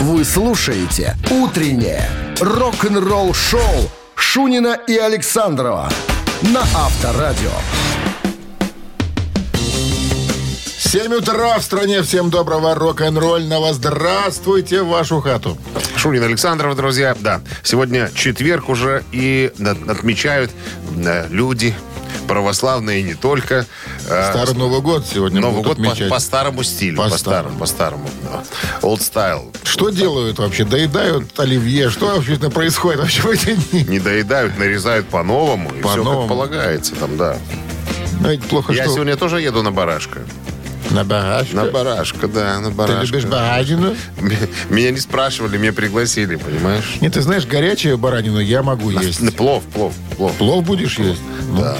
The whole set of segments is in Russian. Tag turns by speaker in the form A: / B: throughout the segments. A: Вы слушаете «Утреннее рок-н-ролл-шоу» Шунина и Александрова на Авторадио.
B: 7 утра в стране. Всем доброго рок-н-ролльного. Здравствуйте в вашу хату.
C: Шунин Александров, друзья. Да, сегодня четверг уже и над- отмечают э, люди православные и не только. э,
B: Старый Новый год сегодня
C: Новый
B: будут
C: год по,
B: отмечать.
C: по старому стилю.
B: По
C: По, старому, по старому. Old style.
B: Что делают вообще? Доедают оливье? Что вообще там происходит вообще в эти дни?
C: Не доедают, нарезают по-новому. и все
B: По-новому.
C: как полагается там, да.
B: Знаете, Ну, плохо,
C: Я
B: что...
C: сегодня тоже еду на барашка.
B: На барашка.
C: На барашка, да, на
B: Ты
C: барашка.
B: любишь баранину?
C: Меня не спрашивали, меня пригласили, понимаешь?
B: Нет, ты знаешь, горячую баранину я могу есть.
C: Да, Плов, плов, плов.
B: Плов будешь есть? Ну,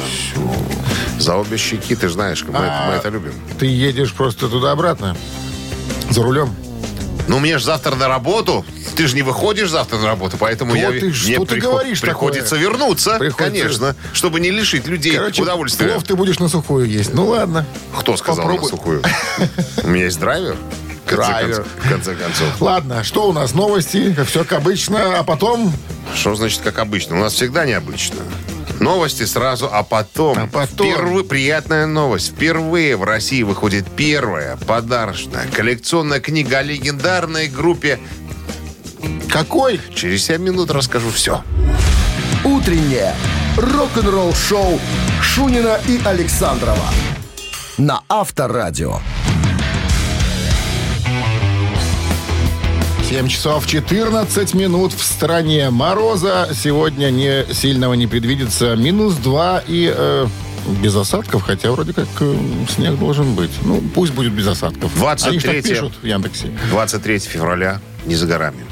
C: За обе щеки, ты же знаешь, как мы, это-
B: А,
C: мы это любим.
B: Ты едешь просто туда-обратно. За рулем.
C: Ну, мне же завтра на работу. Ты же не выходишь завтра на работу, поэтому
B: Кто
C: я...
B: ты? Что ты говоришь такое?
C: Приходится вернуться,
B: Приходится-
C: конечно, чтобы не лишить людей удовольствия.
B: плов ты будешь на сухую есть. Ну ладно.
C: Кто сказал
B: Попробуй.
C: на сухую? У меня есть драйвер. В конце
B: Драйвер.
C: концов- В конце концов.
B: Ладно, что у нас? Новости, все как обычно, а потом...
C: Что значит, как обычно? У нас всегда необычно. Новости сразу, а потом...
B: А потом.
C: Впервые- приятная новость. Впервые в России выходит первая подарочная коллекционная книга о легендарной группе.
B: Какой?
C: Через 7 минут расскажу все.
A: «Утреннее рок-н-ролл-шоу» Шунина и Александрова на Авторадио.
B: 7 часов 14 минут в стране. Мороза сегодня не сильного не предвидится. Минус 2 и э, без осадков, хотя вроде как э, снег должен быть. Ну, пусть будет без осадков. Они же так
C: 23-е.
B: пишут в Яндексе.
C: 23 февраля не за горами.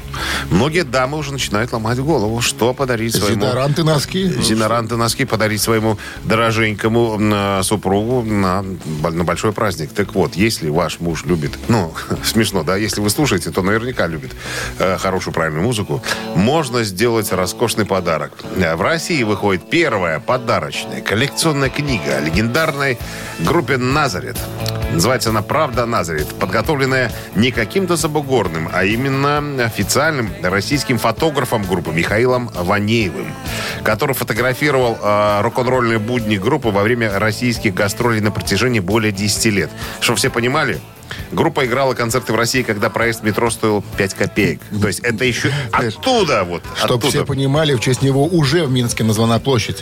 C: Многие дамы уже начинают ломать голову, что подарить своему...
B: Дезодоранты, носки.
C: Зинаранты носки подарить своему дороженькому м, а, супругу на, бо- на большой праздник. Так вот, если ваш муж любит, ну, смешно, да, если вы слушаете, то наверняка любит э, хорошую, правильную музыку, можно сделать роскошный подарок. Э, В России выходит первая подарочная коллекционная книга о легендарной группе «Назарет». Называется она «Правда Назарет», подготовленная не каким-то забугорным, а именно официальным российским фотографом группы Михаилом Ванеевым, который фотографировал э, рок-н-ролльные будни группы во время российских гастролей на протяжении более 10 лет. Чтобы все понимали, группа играла концерты в России, когда проезд в метро стоил 5 копеек. То есть это еще оттуда вот,
B: Чтобы
C: оттуда.
B: все понимали, в честь него уже в Минске названа площадь.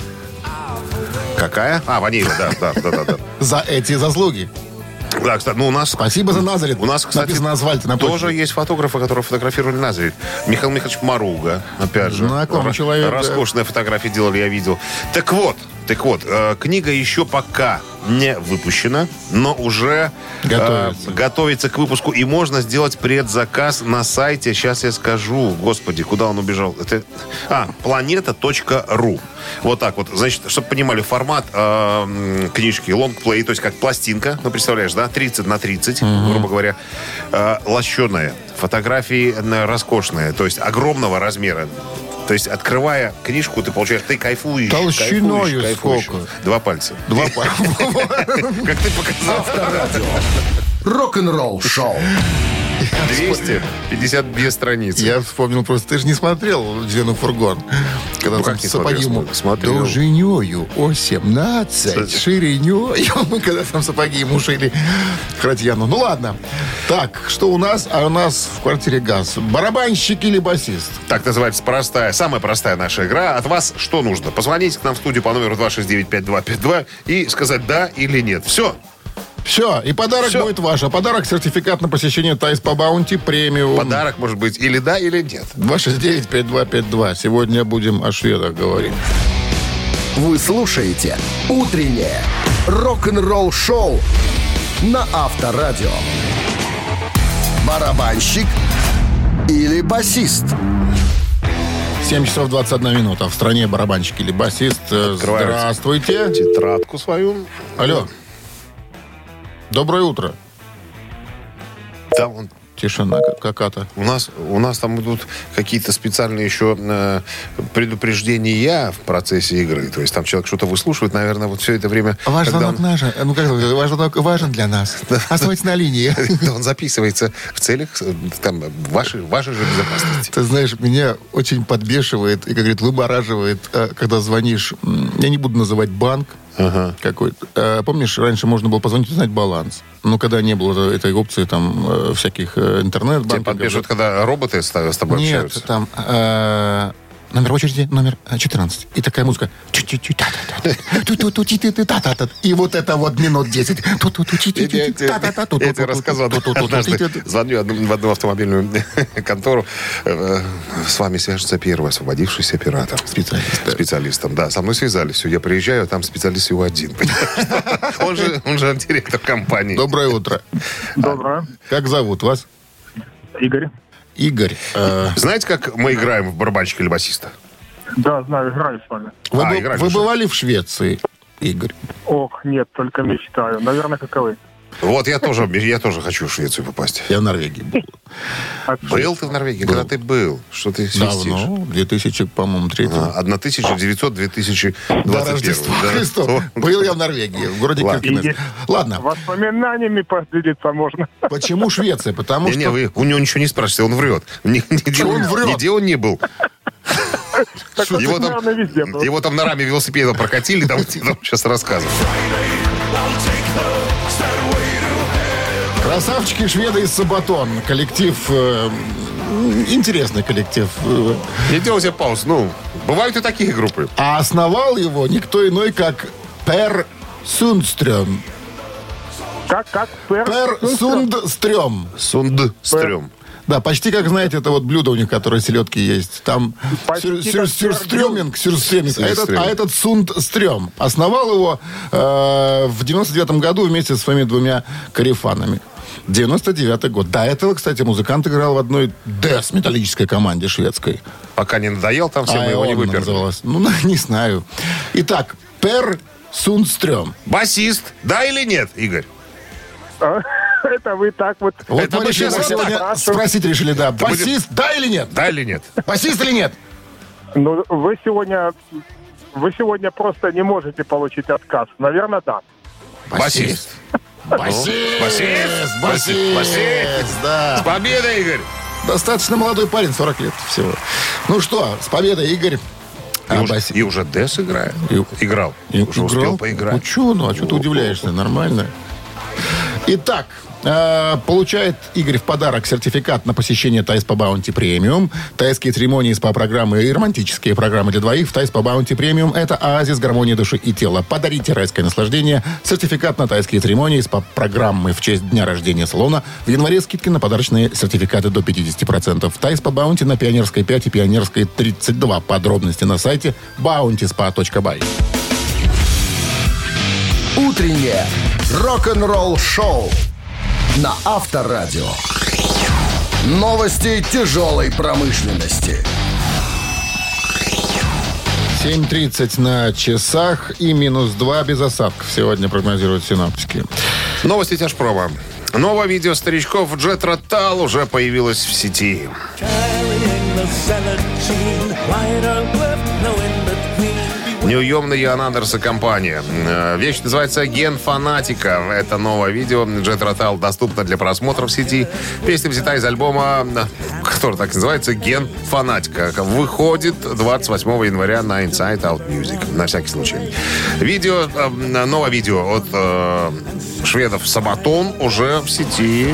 C: Какая? А, Ванеева, да, да, да, да. да.
B: За эти заслуги.
C: Да, кстати, ну у нас...
B: Спасибо за Назарет.
C: У нас, кстати,
B: Написано на асфальте, на
C: тоже
B: почве.
C: есть фотографы, которые фотографировали Назарет. Михаил Михайлович Маруга, опять же.
B: Знакомый
C: Ра-
B: человек, да.
C: Роскошные фотографии делали, я видел. Так вот, так вот, э, книга еще пока не выпущена, но уже э,
B: Готовится.
C: готовится к выпуску. И можно сделать предзаказ на сайте. Сейчас я скажу, господи, куда он убежал. Это, а, planeta.ru. Вот так вот. Значит, чтобы понимали, формат э, м, книжки лонгплей, то есть как пластинка, ну, представляешь, да, 30 на 30, грубо говоря, э, лощеная. Фотографии э, роскошные, то есть огромного размера. То есть, открывая книжку, ты получаешь, ты кайфуешь.
B: Толщиною
C: кайфуешь, кайфуешь.
B: сколько?
C: Два пальца.
B: Два пар.
C: Как ты показал?
A: Рок-н-ролл-шоу.
C: 252 страницы.
B: Я вспомнил просто, ты же не смотрел «Зену фургон», когда
C: Ну,
B: там
C: как не
B: сапоги
C: смотрел?
B: ему...
C: Смотрел.
B: Должинёю о 17, ширинёю, мы когда там сапоги ему шили Хратьяну. Ну ладно. Так, что у нас? А у нас в квартире газ. Барабанщик или басист?
C: Так называется простая, самая простая наша игра. От вас что нужно? Позвоните к нам в студию по номеру 269-5252 и сказать да или нет. Все.
B: Все, и подарок
C: Всё.
B: будет ваш. А подарок сертификат на посещение Тайс по Баунти премиум.
C: Подарок может быть или да, или нет.
B: 269-5252. Сегодня будем о шведах говорить.
A: Вы слушаете «Утреннее рок-н-ролл-шоу» на Авторадио. Барабанщик или басист?
B: 7 часов 21 минута. В стране барабанщик или басист. Э,
C: Открываются.
B: Здравствуйте.
C: Тетрадку свою.
B: Алло. Доброе утро.
C: Там он
B: Тишина как- какая-то.
C: У нас, у нас там идут какие-то специальные еще э, предупреждения в процессе игры. То есть там человек что-то выслушивает, наверное, вот все это время...
B: Ваш
C: когда
B: звонок
C: он-
B: наш, ну как это, ваш звонок важен для нас. Оставайтесь на линии.
C: когда он записывается в целях э, там, вашей, вашей же безопасности.
B: Ты знаешь, меня очень подбешивает и, как говорит, вымораживает, э, когда звонишь. м, Я не буду называть банк какой-то. Э, Помнишь, раньше можно было позвонить и узнать баланс. Но когда не было этой опции там э, всяких э,
C: Тебя
B: интернет-банков...
C: подбешивают, когда роботы с тобой с тобой
B: Нет,
C: общаются.
B: там э, номер в очереди, номер э, 14. И такая музыка. Чу-чу-чу, та-та-та. Ту-ту-ту, ти-ти-ты, та-та-та. И вот это вот минут 10. Ту-ту-ту,
C: Я
B: ти-ти-ти,
C: тебе-
B: та-та-та, ту-ту-ту,
C: я тебе рассказывал
B: ту-ту-ту,
C: однажды.
B: ти-ти-ти.
C: Звоню одну- в одну автомобильную контору. Э, С вами свяжется первый освободившийся оператор.
B: Специалист, да.
C: Специалистом, да. Со мной связались. Все, я приезжаю, а там специалист всего один. понимаешь? Он же, он же директор компании.
B: Доброе утро.
D: Доброе.
B: Как зовут вас?
D: Игорь.
B: Игорь. Э,
C: Знаете, как мы играем в барабанщика или басиста?
D: Да, знаю, играю с вами.
B: Вы,
C: А,
B: бы-
C: играли
B: вы
C: уже.
B: бывали в Швеции, Игорь?
D: Ох, нет, только мечтаю. Наверное, каковы.
C: Вот я тоже, я тоже хочу в Швецию попасть.
B: Я в Норвегии был.
C: Был ты в Норвегии? Когда ты был? Что ты свистишь?
B: Давно, 2000, по-моему, третьем.
C: А, 1900-2021.
B: До Рождества
C: да.
B: Христова. Был я в Норвегии, в городе
C: Ладно.
B: Киркинес. Ладно,
D: Воспоминаниями поделиться можно.
B: почему Швеция? Потому
C: Не, не,
B: что...
C: вы у него ничего не спрашивайте, он врет. Ни- Нигде
B: Чё он
C: он,
B: врет?
C: нигде он не был.
D: Так вот,
C: Его там,
D: наверное, везде было.
C: его там на раме велосипеда прокатили, там, там сейчас рассказывают.
B: Красавчики шведы из Сабатон. Коллектив... э, м, интересный коллектив. Э,
C: Не делайте пауз. Ну, бывают и такие группы.
B: А основал его никто иной, как Пер Сунстрем.
D: Как, как, Ну, пэр?
B: Пер Сундстрем.
C: Сундстрем.
B: Да, почти как, знаете, это вот блюдо у них, которое селедки есть. Там
D: Почти
B: сюр- сюр-
D: как
B: сюрстрёминг, сюрстрёминг. А этот,
C: Сюрстрёминг.
B: а этот сундстрём. Основал его э, в 99 году вместе со своими двумя корефанами. 99 год. До этого, кстати, музыкант играл в одной ДЭС металлической команде шведской.
C: Пока не надоел, там все мы его
B: «Аэон»
C: не
B: она
C: выперли.
B: называлась. А Ну, не знаю. Итак, Пер Сундстрём.
C: Басист, да или нет, Игорь?
D: А, Это вы так вот.
B: Вот
C: Это
B: мы
C: мы
B: решили
C: сейчас вот
B: сегодня
D: так.
B: спросить решили, да.
C: будем-
B: Басист, да или нет?
C: Да или нет?
B: Басист или нет?
D: Ну, вы сегодня... Вы сегодня просто не можете получить отказ. Наверное, да.
C: Басист. Басист. Басист. Ну, Басист. Басист.
B: да.
C: С победой, Игорь.
B: Достаточно молодой парень, 40 лет всего. Ну что, с победой, Игорь.
C: И
B: А,
C: уж-
B: баси-
C: И уже Дэс играет.
B: И-
C: Играл.
B: И-
C: Уже успел
B: играл? Ну
C: поиграть.
B: чё, ну, а что ты удивляешься? Нормально. Итак, э, получает Игорь в подарок сертификат на посещение Тайс по Баунти Премиум. Тайские церемонии, СПА-программы и романтические программы для двоих в Тайс по Баунти Премиум – это оазис гармонии души и тела. Подарите райское наслаждение. Сертификат на тайские церемонии, СПА-программы в честь дня рождения салона. В январе скидки на подарочные сертификаты до 50%. Тайс по Баунти на Пионерской 5 и Пионерской 32. Подробности на сайте bountyspa.by.
A: Утреннее рок-н-ролл-шоу на Авторадио. Новости тяжелой промышленности.
B: 7.30 на часах и минус 2 без осадков сегодня прогнозируют синаптики.
C: Новости тяжпрома. Новое видео старичков Джет Ротал уже появилось в сети.
E: Carrying the salad sheen, wide or left, no in between.
C: Неуемная Ян Андерс и компания. Э, Вещь называется «Ген фанатика». Это новое видео. Джет Ротал доступно для просмотра в сети. Песня взята из альбома, э, который так и называется, «Ген фанатика». Выходит 28 января на Inside Out Music. На всякий случай. Видео, э, новое видео от э, шведов Сабатон уже в сети.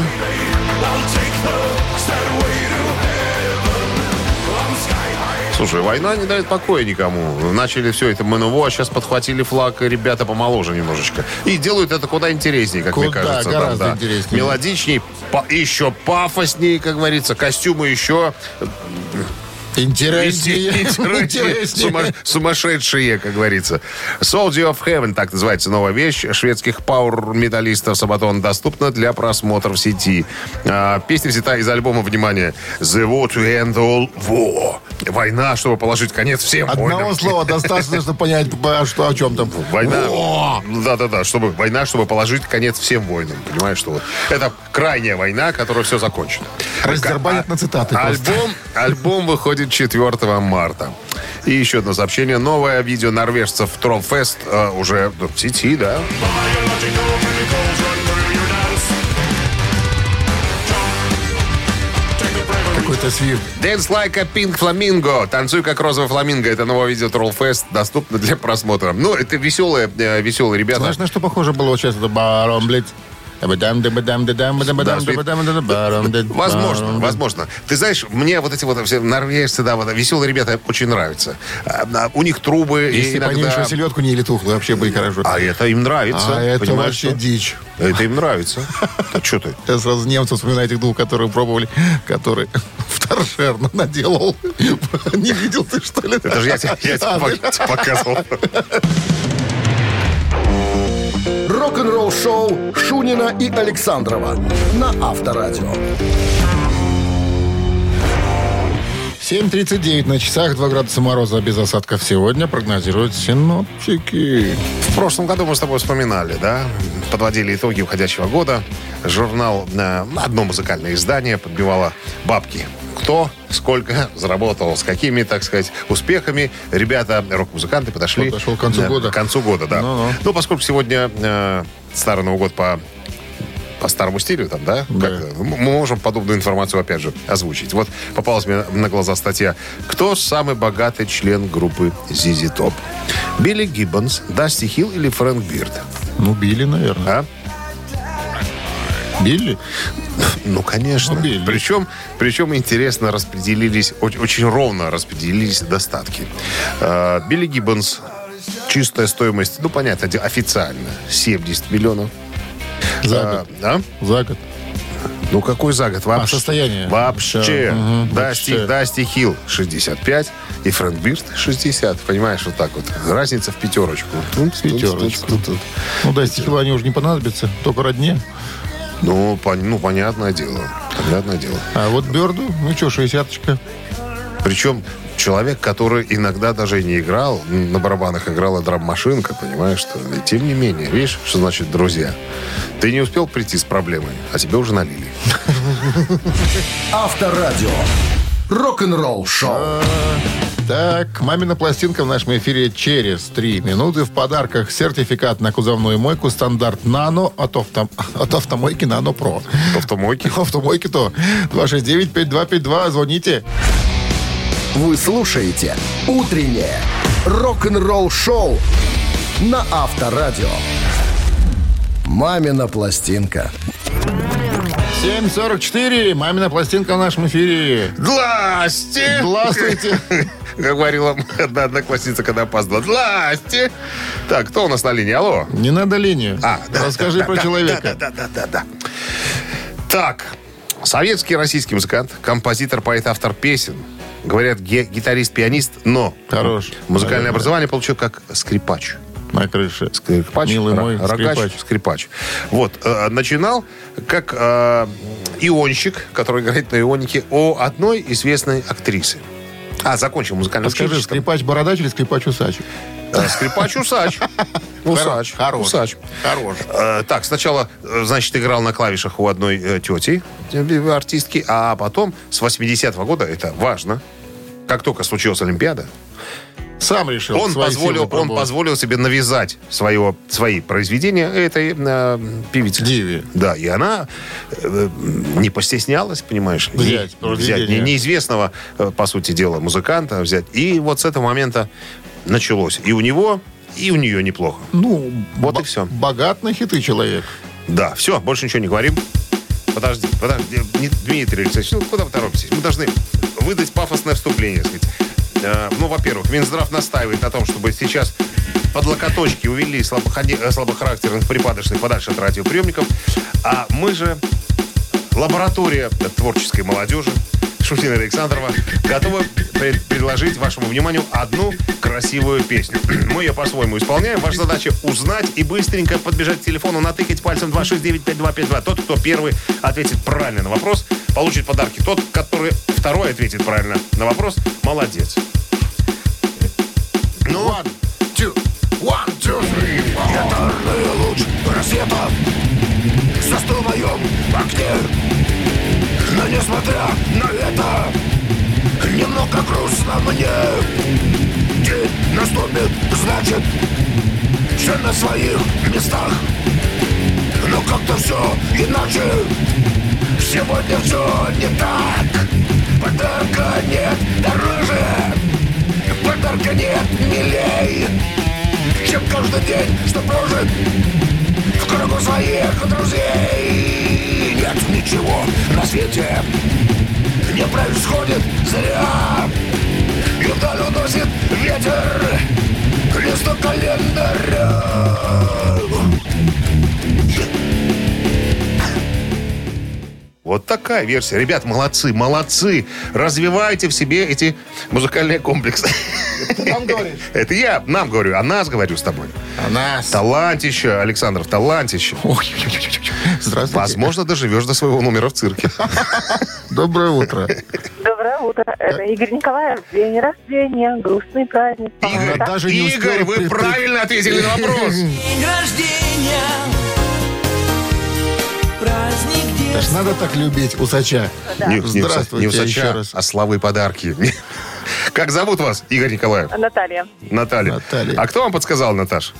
C: Слушай, война не дает покоя никому. Начали все это МНО, а сейчас подхватили флаг ребята помоложе немножечко. И делают это куда интереснее, как мне
B: Куда
C: кажется. там,
B: гораздо
C: да.
B: интереснее.
C: Мелодичнее, па- еще пафоснее, как говорится. Костюмы еще...
B: Интереснее.
C: Интереснее. Сума- Сумасшедшие, как говорится. Soldier of Heaven, так называется новая вещь шведских пауэр-металлистов Сабатон, доступна для просмотра в сети. А, Песня взята из альбома, внимание, The War to End All War. Война, чтобы положить конец всем
B: Одного
C: войнам.
B: слова достаточно, чтобы понять, по- что о чем там.
C: Война. Да-да-да, чтобы война, чтобы положить конец всем войнам. Понимаешь, что вот это крайняя война, которая все закончит.
B: Раздербанят на цитаты просто.
C: Альбом, альбом выходит 4 марта. И еще одно сообщение. Новое видео норвежцев Тромфест э, уже ну, в сети, да?
B: Какой-то свирт.
C: Dance like a pink flamingo. Танцуй как розовый фламинго. Это новое видео Тромфест. Доступно для просмотра. Ну, это веселые, э, веселые ребята.
B: Знаешь, на что похоже было вот сейчас это баром, блядь? Дабадам, дабадам, дадам, дабадам,
C: Да, спит.
B: дабадам, дадам, баром, дад-
C: Возможно,
B: баром, дад-
C: возможно. Ты знаешь, мне вот эти вот все норвежцы, да, вот веселые ребята очень нравятся. А, а, У них трубы и
B: Если бы они
C: иногда-
B: еще селедку не ели тухлую, вообще были хорошо.
C: А это им нравится.
B: А это
C: понимаешь,
B: вообще
C: что?
B: дичь.
C: Это им нравится. А что ты?
B: Я сразу немцев вспоминаю этих двух, которые пробовали, которые в торшер наделал. Не видел ты, что ли?
C: Это же я тебе я тебе
B: А,
C: пок- показывал.
A: Рок-н-ролл-шоу Шунина и Александрова на Авторадио.
B: 7.39 на часах, 2 градуса мороза без осадков сегодня прогнозируют синоптики.
C: В прошлом году мы с тобой вспоминали, да? Подводили итоги уходящего года. Журнал э, одно музыкальное издание подбивало бабки. Кто, сколько заработал, с какими, так сказать, успехами ребята, рок-музыканты подошли
B: Подошел к концу
C: э,
B: года.
C: К концу года, да.
B: Ну-ну.
C: Ну, поскольку сегодня э, Старый Новый год по по старому стилю там, да?
B: Да.
C: Как- э, мы можем подобную информацию, опять же, озвучить. Вот попалась мне на глаза статья. Кто самый богатый член группы ZZ Top? Билли Гиббонс, Дасти Хилл или Фрэнк Бирд?
B: Ну, Билли, наверное.
C: А?
B: Билли?
C: Ну, конечно.
B: Ну, Билли.
C: причем, причем интересно распределились, оч- очень, ровно распределились достатки. Э, Билли Гиббонс, чистая стоимость, ну, понятно, де- официально, 70 миллионов.
B: За
C: А,
B: год.
C: а?
B: За год.
C: Ну, какой за год? Вообще,
B: состояние?
C: Вообще.
B: Да, мгм,
C: Дасти,
B: вообще.
C: Дасти Хилл 65 и Фрэнк Бирд 60. Понимаешь, вот так вот. Разница в пятерочку. Ну, Тунц, тунц,
B: Пятерочку.
C: тунц, тунц.
B: Ну, да, стекла они уже не понадобятся, только родне.
C: Ну, пон- ну, понятное дело. Понятное дело.
B: А вот Берду, ну что, шестьдесяточка.
C: Причем человек, который иногда даже и не играл, м, на барабанах играла драм-машинка, понимаешь, что и тем не менее, видишь, что значит друзья. Ты не успел прийти с проблемой, а тебе уже налили.
A: Авторадио. Рок-н-ролл-шоу.
B: Так, «Мамина пластинка» в нашем эфире через 3 минуты. В подарках сертификат на кузовную мойку «Стандарт Нано» от, авто- от автомойки «Нано Про».
C: В автомойке.
B: Автомойки-то 269-5252, звоните.
A: Вы слушаете «Утреннее рок-н-ролл-шоу» на Авторадио. «Мамина пластинка».
B: 7.44, «Мамина пластинка» в нашем эфире.
C: Здрасте!
B: Здравствуйте.
C: Как говорила одна одноклассница, когда опаздывала. Здрасте! Так, кто у нас на линии? Алло.
B: Не надо линию. Расскажи
C: А, да,
B: про
C: да,
B: человека.
C: Да, да, да, да. Так, советский российский музыкант, композитор, поэт, автор песен. Говорят, ге- гитарист-пианист, но
B: Хорош.
C: музыкальное
B: Наверное.
C: образование получил как скрипач.
B: На крыше.
C: Скрипач,
B: Милый
C: ро-
B: мой,
C: рогач,
B: скрипач.
C: скрипач. Вот, э, начинал как э, ионщик, который играет на ионике о одной известной актрисы. А, закончил музыкальное
B: Расскажи,
C: училище.
B: скрипач-бородач или скрипач-усач?
C: Э, Скрипач Усач. Усач.
B: Хорош.
C: Усач.
B: Хорош.
C: Э, Так, сначала, э, значит, играл на клавишах у одной э, тети, э, артистки, а потом с 80-го года, это важно, как только случилась Олимпиада,
B: Сам решил.
C: он
B: свои силы
C: позволил, он
B: попробовать.
C: позволил себе навязать свое, свои произведения этой э, певице.
B: Диве.
C: Да, и она э, не постеснялась, понимаешь,
B: Взять
C: не- взять
B: произведение.
C: не- неизвестного, э, по сути дела, музыканта а взять. И вот с этого момента началось. И у него, и у нее неплохо.
B: Ну,
C: Вот
B: бо-
C: и всё.
B: Богат на хиты человек.
C: Да, все, больше ничего не говорим. Подожди, подожди, не- Дмитрий Алексеевич, ну куда вы торопитесь? Мы должны выдать пафосное вступление, так сказать. Э, Ну, во-первых, Минздрав настаивает на том, чтобы сейчас под локоточки увели слабохани- э, слабохарактерных припадочных подальше от радиоприемников. А мы же лаборатория творческой молодежи. Шутина Александрова готовы пред- предложить вашему вниманию одну красивую песню. Мы ее по-своему исполняем. Ваша задача узнать и быстренько подбежать к телефону, натыкать пальцем 269-5252. Тот, кто первый ответит правильно на вопрос, получит подарки. Тот, который второй ответит правильно на вопрос, молодец. Ну,
A: Two, one, two, three, four. Янтарный луч рассвета застыл в моем окне. Но несмотря на это, немного грустно мне. День наступит, значит, все на своих местах. Но как-то все иначе, сегодня все не так. Подарка нет дороже, подарка нет милей, чем каждый день, что прожит в кругу своих друзей. Нет ничего на свете, не происходит зря. И вдаль уносит ветер листок календаря.
C: Вот такая версия. Ребят, молодцы, молодцы. Развивайте в себе эти музыкальные комплексы. Это нам говоришь? Это я нам говорю, а нас говорю с тобой.
B: А нас.
C: Талантище, Александров, талантище.
B: Ой, Здравствуйте.
C: Возможно, доживешь до своего номера в цирке.
B: Доброе утро.
F: Доброе утро. Это
C: Э,
F: Игорь Николаев. День рождения. Грустный праздник.
C: Игорь,
F: Так,
B: даже не успел
C: Игорь, вы
B: при-
C: правильно ответили на вопрос.
E: День рождения, праздник
B: Это ж
E: детства.
B: надо так любить усача.
C: Не- не в со-
B: Здравствуйте
C: Не в
B: еще
C: Соча,
B: раз.
C: а славы и подарки. Как зовут вас, Игорь Николаев?
F: Наталья.
C: Наталья.
B: Наталья.
C: А кто вам подсказал, Наташ?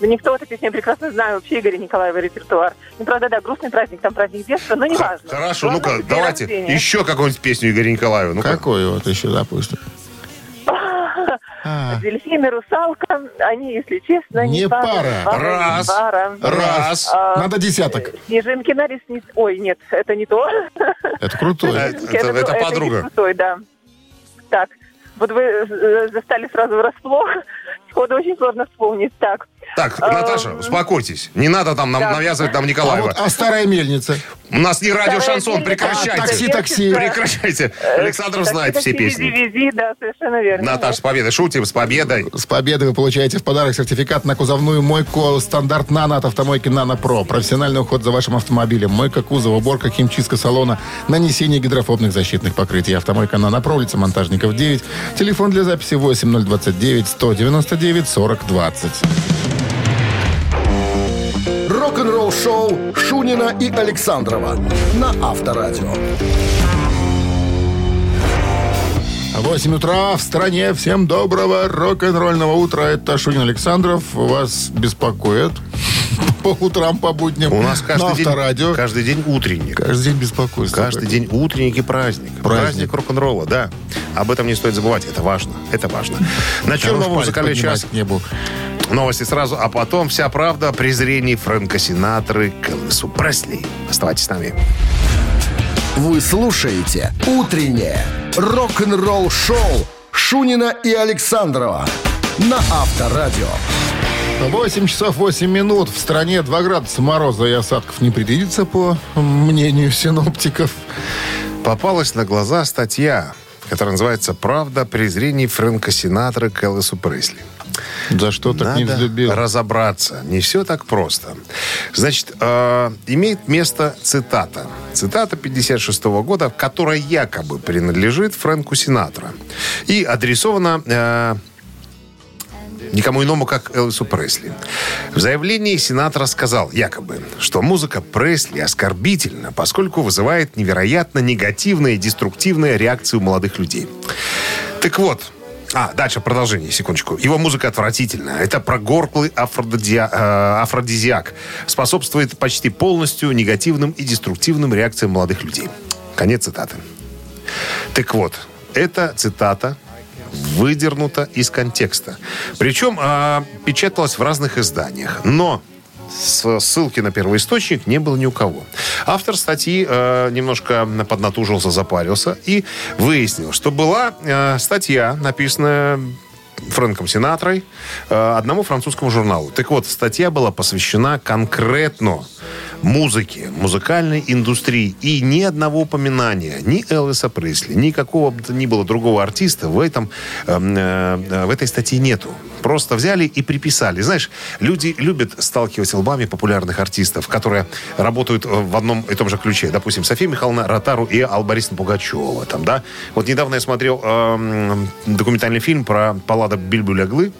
F: Да никто вот этих не прекрасно знаю вообще Игоря Николаева репертуар. Ну, правда, да, грустный праздник, там праздник детства, но не важно.
C: Хорошо,
F: Главное,
C: ну-ка,
F: Ну, день
C: давайте
F: рождения.
C: еще какую-нибудь песню Игоря Николаева. Ну-ка.
B: Какой вот еще, допустим? А,
F: Дельфин и русалка, они, если честно, не,
B: Не пара.
C: Раз.
F: не пара.
C: Раз.
F: А,
B: Надо десяток.
F: Снежинки на ресниц... Ой, нет, это не то.
B: Это крутой.
C: Это- это
F: то- не
C: подруга.
F: крутой, да. Так, вот вы э, застали сразу врасплох. Сходу очень сложно вспомнить. Так,
C: Так,
F: Эм.
C: Наташа, успокойтесь. Не надо там нам
F: Да.
C: навязывать нам
B: А
C: Николаева.
B: вот а старая мельница.
C: У нас не радио шансон,
F: Вторая неделя,
C: прекращайте.
B: А, такси, такси.
F: да.
C: Прекращайте.
F: Э,
C: Александров
F: так,
C: знает
F: так,
C: все
F: вези,
C: песни.
F: вези, да, совершенно верно.
C: Наташ, с победой. Шутим, с победой.
B: С победы вы получаете в подарок сертификат на кузовную мойку стандарт «Нано» от автомойки «Нано Про». Профессиональный уход за вашим автомобилем. Мойка кузова, уборка, химчистка салона, нанесение гидрофобных защитных покрытий. Автомойка «Нано Про», улица Монтажников, 9. Телефон для записи 8029-199-4020.
A: Рок-н-ролл-шоу Шунина и Александрова на Авторадио.
B: 8 утра в стране. Всем доброго рок-н-ролльного утра. Это Шунин Александров. Вас беспокоит по утрам, по будням.
C: У нас каждый
B: на
C: день,
B: Авторадио.
C: каждый день утренник.
B: Каждый день беспокойство.
C: Каждый день утренник и праздник. Праздник, рок-н-ролла, да. Об этом не стоит забывать. Это важно. Это важно. Начнем
B: Хорош
C: новый
B: палец
C: музыкальный
B: поднимать
C: час.
B: к небу.
C: Новости сразу, а потом вся правда о презрении Фрэнка Синатры к Элвису Пресли. Оставайтесь с нами.
A: Вы слушаете «Утреннее рок-н-ролл-шоу» Шунина и Александрова на Авторадио.
B: 8 часов 8 минут. В стране 2 градуса мороза и осадков не предвидится, по мнению синоптиков.
C: Попалась на глаза статья, которая называется «Правда о презрении Фрэнка Синатры к Элвису Пресли».
B: За что так не
C: Надо
B: взлюбил?
C: разобраться. Не все так просто. Значит, э, имеет место цитата. Цитата 56 года, которая якобы принадлежит Фрэнку Синатра. И адресована э, никому иному, как Элвису Пресли. В заявлении сенатор сказал, якобы, что музыка Пресли оскорбительна, поскольку вызывает невероятно негативные и деструктивные реакции у молодых людей. Так вот, а, дальше продолжение, секундочку. Его музыка отвратительна. Это прогорклый афродизиа- э, афродизиак. Способствует почти полностью негативным и деструктивным реакциям молодых людей. Конец цитаты. Так вот, эта цитата выдернута из контекста. Причем а, печаталась в разных изданиях. Но с- ссылки на первоисточник не было ни у кого. Автор статьи э, немножко поднатужился, запарился и выяснил, что была э, статья, написанная Фрэнком Синатрой, э, одному французскому журналу. Так вот, статья была посвящена конкретно музыки, музыкальной индустрии. И ни одного упоминания ни Элвиса Пресли, ни какого бы то ни было другого артиста в, этом, эм, э, э, в этой статье нету. Просто взяли и приписали. Знаешь, люди любят сталкивать лбами популярных артистов, которые работают э, в одном и том же ключе. Допустим, София Михайловна Ротару и Алла Борисовна Пугачева. Там, да? Вот недавно я смотрел эм, документальный фильм про Паллада Бильбюляглы.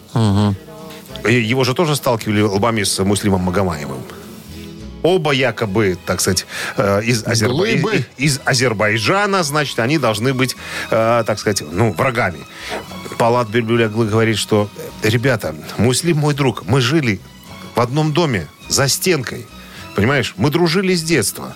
C: И Его же тоже сталкивали лбами с Муслимом Магомаевым. Оба якобы, так сказать, э, из, Азерба-
B: Глыбы.
C: из- из Азербайджана, значит, они должны быть, э, так сказать, ну, врагами. Палат Бельбюляглы говорит, что, ребята, Муслим мой друг, мы жили в одном доме, за стенкой. Понимаешь, мы дружили с детства.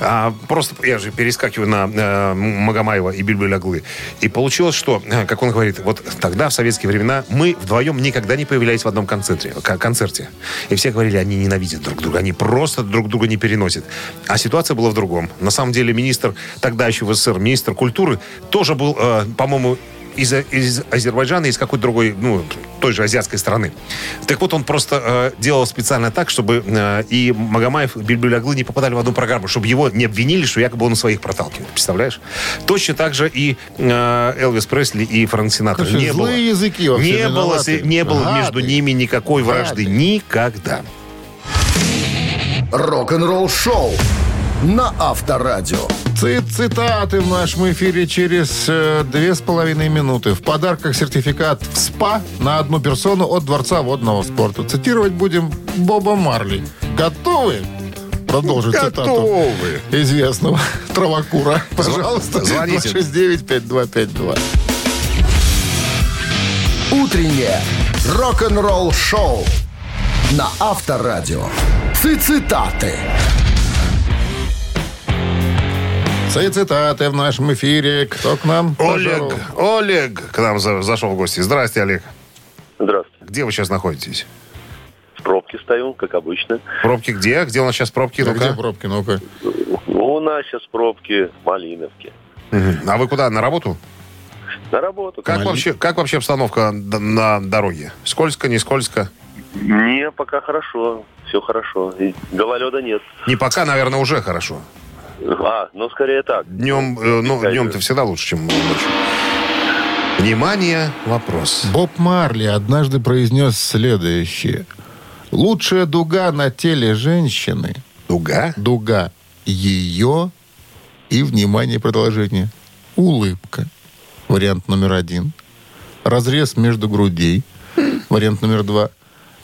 C: А, просто я же перескакиваю на э, Магомаева и Бильбюляглы. И получилось, что, э, как он говорит, вот тогда, в советские времена, мы вдвоем никогда не появлялись в одном концентре, к- концерте. И все говорили, они ненавидят друг друга, они просто друг друга не переносят. А ситуация была в другом. На самом деле министр, тогда еще в СССР, министр культуры, тоже был, э, по-моему, из, из Азербайджана, из какой-то другой, ну, той же азиатской страны. Так вот, он просто э, делал специально так, чтобы э, и Магомаев, и Бильбюляглы не попадали в одну программу, чтобы его не обвинили, что якобы он своих проталкивает. Представляешь? Точно так же и э, Элвис Пресли и Франк Синатор.
B: Слушай,
C: не было,
B: злые языки вообще
C: не было,
B: виноваты.
C: се- не было
B: Гады.
C: между ними никакой вражды.
B: Гады.
C: Никогда.
A: Рок-н-ролл шоу на Авторадио.
B: Ци- Цитаты в нашем эфире через э, две с половиной минуты. В подарках сертификат в СПА на одну персону от Дворца водного спорта. Цитировать будем Боба Марли. Готовы? Продолжить цитату.
C: Готовы.
B: Известного травокура. Пожалуйста,
C: Звоните.
B: 269-5252.
A: Утреннее рок-н-ролл шоу на Авторадио. Цитаты.
B: Ци- Цитаты в нашем эфире. Кто к нам?
C: Олег,
B: пожаловал?
C: Олег к нам за- зашел в гости. Здрасте, Олег.
G: Здравствуйте.
C: Где вы сейчас находитесь?
G: В пробке стою, как обычно.
C: Пробки где? Где у нас сейчас пробки?
B: Да
C: Ну-ка.
B: Где пробки? Ну-ка.
G: У нас сейчас пробки Малиновки.
C: Мгм. А вы куда? На работу?
G: На работу.
C: Как,
G: конечно.
C: вообще, как вообще обстановка д- на дороге? Скользко, не скользко?
G: Не, пока хорошо. Все хорошо. И гололеда нет.
C: Не пока, наверное, уже хорошо.
G: А, ну скорее так.
C: Днем, э, ну,
G: Конечно.
C: днем-то всегда лучше, чем ночью. Внимание, вопрос.
B: Боб Марли однажды произнес следующее. Лучшая дуга на теле женщины
C: Дуга?
B: – дуга ее и, внимание, продолжение, улыбка. Вариант номер один. Разрез между грудей. Вариант номер два.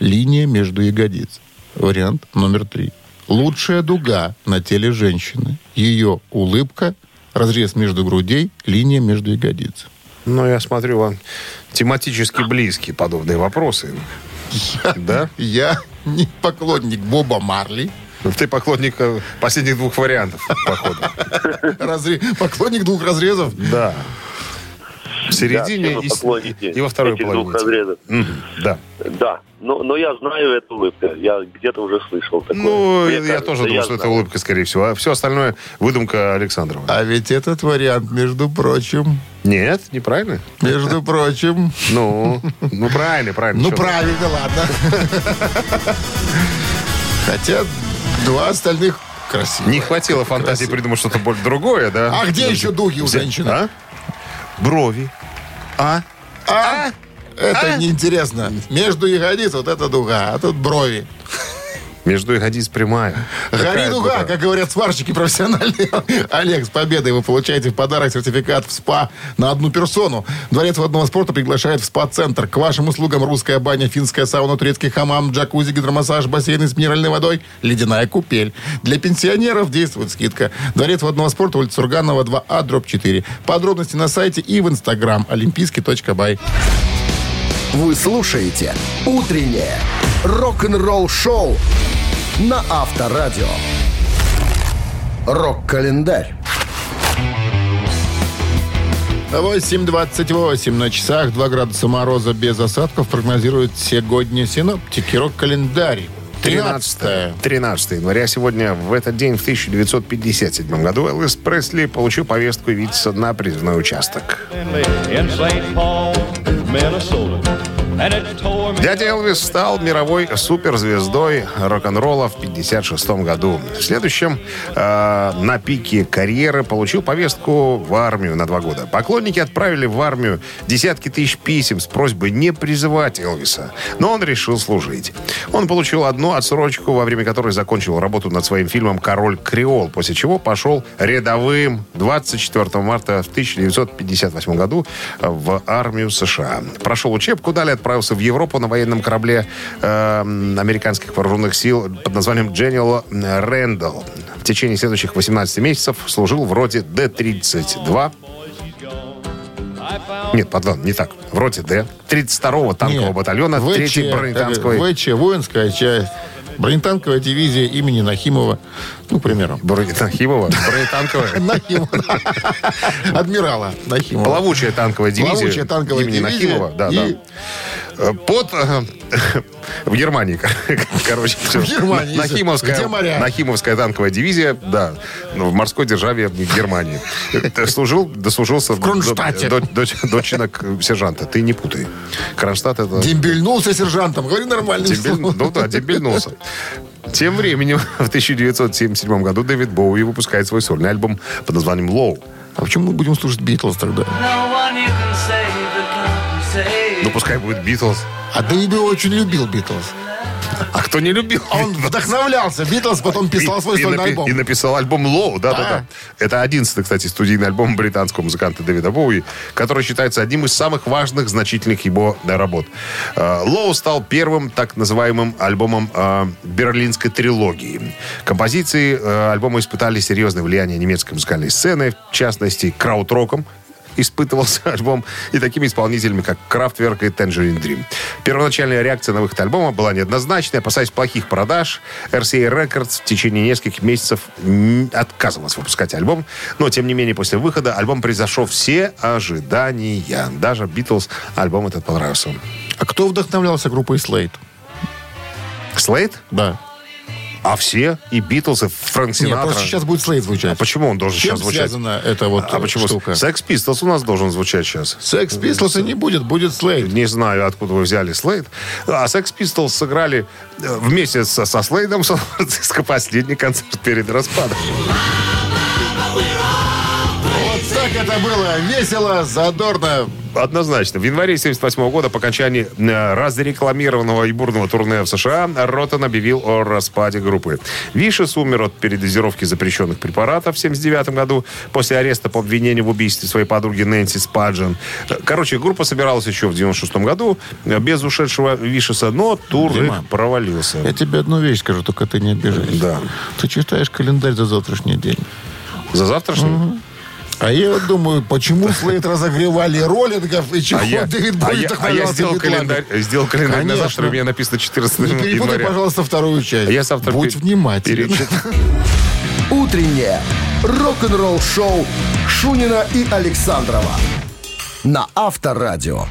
B: Линия между ягодиц. Вариант номер три. Лучшая дуга на теле женщины. Ее улыбка, разрез между грудей, линия между ягодиц.
C: Ну, я смотрю, вам тематически близкие подобные вопросы. Да?
B: Я не поклонник Боба Марли.
C: Ты поклонник э, последних двух вариантов, походу.
B: Разре- Поклонник двух разрезов.
C: Да. В середине
G: все вы
C: и, с-
G: поклонники
C: и во второй
G: этих
C: половине.
G: двух разрезов.
C: Мгм, Да.
G: Да, но, но я знаю эту улыбку. Я где-то уже слышал такое.
C: Ну,
G: Мне
C: я
G: кажется,
C: тоже думал,
G: я
C: что это
G: знаю.
C: улыбка, скорее всего. А все остальное выдумка Александрова.
B: А ведь этот вариант, между прочим,
C: Нет, неправильно.
B: между прочим...
C: Ну, ну правильно, правильно.
B: Ну,
C: Чё?
B: правильно, ладно. Хотя два остальных красиво.
C: Не хватило фантазии придумать что-то более другое, да?
B: А где еще дуги у
C: Где?
B: женщины?
C: А? Брови. А?
B: А? Это неинтересно. Между ягодиц вот это дуга, а тут брови.
C: Между ягодиц прямая.
B: Гори
C: Какая
B: дуга,
C: дуга?
B: как говорят сварщики профессиональные. Олег, с победой вы получаете в подарок сертификат в СПА на одну персону. Дворец водного спорта приглашает в СПА-центр. К вашим услугам русская баня, финская сауна, турецкий хамам, джакузи, гидромассаж, бассейны с минеральной водой, ледяная купель. Для пенсионеров действует скидка. Дворец водного спорта, улица Сурганова, 2А, дробь 4. Подробности на сайте и в инстаграм олимпийский.бай.
A: Вы слушаете «Утреннее рок-н-ролл-шоу» на Авторадио. Рок-календарь.
B: 8.28 на часах, 2 градуса мороза без осадков прогнозируют сегодня синоптики. Рок-календарь. 13
C: 13, 13 января. Сегодня, в этот день, в 1957 году, Элвис Пресли получил повестку явиться на призывной участок.
E: In St. Paul, Minnesota. And it tore me
C: Дядя Элвис стал мировой суперзвездой рок-н-ролла в 1956 году. В следующем э, на пике карьеры получил повестку в армию на два года. Поклонники отправили в армию десятки тысяч писем с просьбой не призывать Элвиса. Но он решил служить. Он получил одну отсрочку, во время которой закончил работу над своим фильмом «Король Креол», после чего пошел рядовым 24 марта в 1958 году в армию США. Прошел учебку, далее отправился в Европу на военном корабле эм, американских вооруженных сил под названием «Дженерал Рэндалл». В течение следующих 18 месяцев служил в роте Д-32. Нет, пардон, не так. В роте Д. 32-го танкового
B: Нет.
C: батальона
B: ВЧ,
C: 3-й бронетанковой...
B: э, ВЧ, воинская часть. Бронетанковая дивизия имени Нахимова. Ну, к примеру.
C: Бронетанхимова? Бронетанковая?
B: Нахимова. Адмирала Нахимова.
C: Плавучая танковая дивизия.
B: Плавучая танковая
C: имени
B: дивизия
C: Нахимова, да,
B: и-
C: да. Э, Под... э, В Германии, кор- короче. всё.
B: В Германии,
C: Нахимовская,
B: где моря?
C: Нахимовская танковая дивизия, да, ну, в морской державе Германии. Э, Служил, дослужился... В
B: Кронштадте.
C: Дочинок сержанта. Ты не путай. Кронштадт это...
B: Дембельнулся сержантом. Говори нормально.
C: Дембель- ну да, дембельнулся. Тем временем, в 1977 году Дэвид Боуи выпускает свой сольный альбом под названием «Лоу».
B: А почему мы будем слушать Битлз тогда?
C: Ну, пускай будет «Битлз».
B: А Дэвид Боуи очень любил Битлз.
C: А кто не любил?
B: А он вдохновлялся. Битлз потом писал свой
C: и,
B: сольный
C: напи-
B: альбом.
C: и написал альбом «Лоу», да-да-да. Это 11 кстати, студийный альбом британского музыканта Дэвида Боуи, который считается одним из самых важных, значительных его да, работ. Э, «Лоу» стал первым так называемым альбомом э, берлинской трилогии. Композиции э, альбома испытали серьезное влияние немецкой музыкальной сцены, в частности, краудроком, испытывался альбом и такими исполнителями, как Kraftwerk и Tangerine Dream. Первоначальная реакция на выход альбома была неоднозначной. Опасаясь плохих продаж, RCA Records в течение нескольких месяцев м, отказывалась выпускать альбом. Но, тем не менее, после выхода альбом превзошел все ожидания. Даже Битлз альбом этот понравился.
B: А кто вдохновлялся группой Слейт?
C: Слейд?
B: Да.
C: А все? И Битлз, и Фрэнк
B: Нет,
C: Синатра.
B: просто сейчас будет Слейт звучать.
C: А почему он должен
B: С Чем
C: сейчас звучать?
B: связана эта вот
C: А почему?
B: штука?
C: Секс Pistols у нас должен звучать сейчас.
B: Секс Пистолса не будет, будет Слейд.
C: Не знаю, откуда вы взяли Слейд. А Sex Pistols сыграли э, вместе со, со Слейдом в Сан-Франциско последний концерт перед распадом.
B: Вот так это было. Весело, задорно.
C: Однозначно. В январе 1978 года по окончании э, разрекламированного и бурного турне в США Ротон объявил о распаде группы. Вишес умер от передозировки запрещенных препаратов в 1979 году после ареста по обвинению в убийстве своей подруги Нэнси Спаджин. Э, Короче, группа собиралась еще в 96 году э, без ушедшего Вишеса, но тур
B: Дима,
C: их провалился.
B: Я тебе одну вещь скажу, только ты не обижайся.
C: Да.
B: Ты читаешь календарь за завтрашний день.
C: За завтрашним?
B: А я вот думаю, почему Слейд разогревали роллингов и чего
C: А я,
B: Дэвид
C: а
B: Боуи
C: я- а
B: вдохновлялся
C: я сделал
B: Битлами?
C: календарь, сделал календарь на
B: Конечно.
C: завтра, у меня написано 14
B: Не перепутай,
C: января. А
B: пожалуйста, вторую часть.
C: Я завтра
B: Будь
C: пе-
B: внимателен.
C: перечитаю.
A: Утреннее рок-н-ролл-шоу Шунина и Александрова на Авторадио.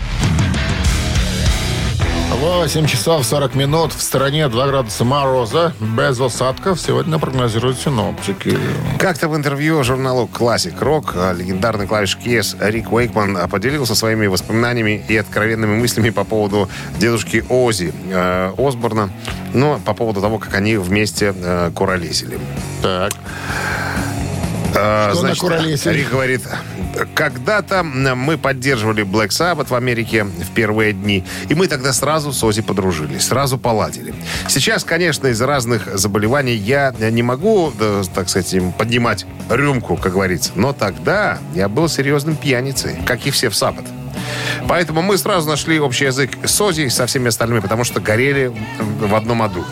B: 8 часов 40 минут. В стране 2 градуса мороза. Без осадков. Сегодня прогнозируют синоптики.
C: Как-то в интервью журналу Classic Rock э, легендарный клавиш Кес Рик Уэйкман э, поделился своими воспоминаниями и откровенными мыслями по поводу дедушки Ози э, Осборна, ну, по поводу того, как они вместе э, куролесили.
B: Так.
C: А,
B: Что
C: Значит,
B: накуролесили?
C: Рик говорит, когда-то мы поддерживали Black Sabbath в Америке в первые дни, и мы тогда сразу с Ози подружились, сразу поладили. Сейчас, конечно, из разных заболеваний я не могу, да, так сказать, им поднимать рюмку, как говорится, но тогда я был серьезным пьяницей, как и все в Sabbath. Поэтому мы сразу нашли общий язык с Ози и со всеми остальными, потому что горели в одном аду.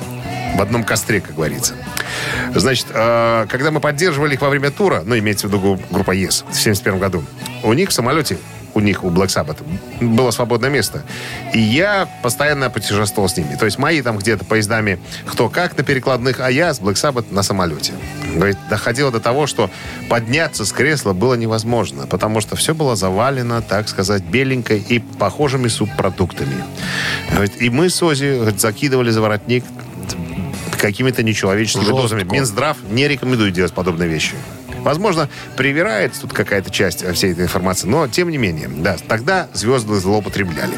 C: В одном костре, как говорится. Значит, э, когда мы поддерживали их во время тура, ну, имеется в виду гу- группа ЕС в 71 году, у них в самолете, у них, у Black Sabbath, было свободное место. И я постоянно путешествовал с ними. То есть мои там где-то поездами кто как на перекладных, а я с Black Sabbath на самолете. Говорит, доходило до того, что подняться с кресла было невозможно, потому что все было завалено, так сказать, беленькой и похожими субпродуктами. Говорит, и мы с Ози говорит, закидывали за воротник какими-то нечеловеческими
B: Жестко.
C: дозами. Минздрав не рекомендует делать подобные вещи. Возможно, привирается тут какая-то часть э, всей этой информации, но тем не менее, да, тогда звезды злоупотребляли.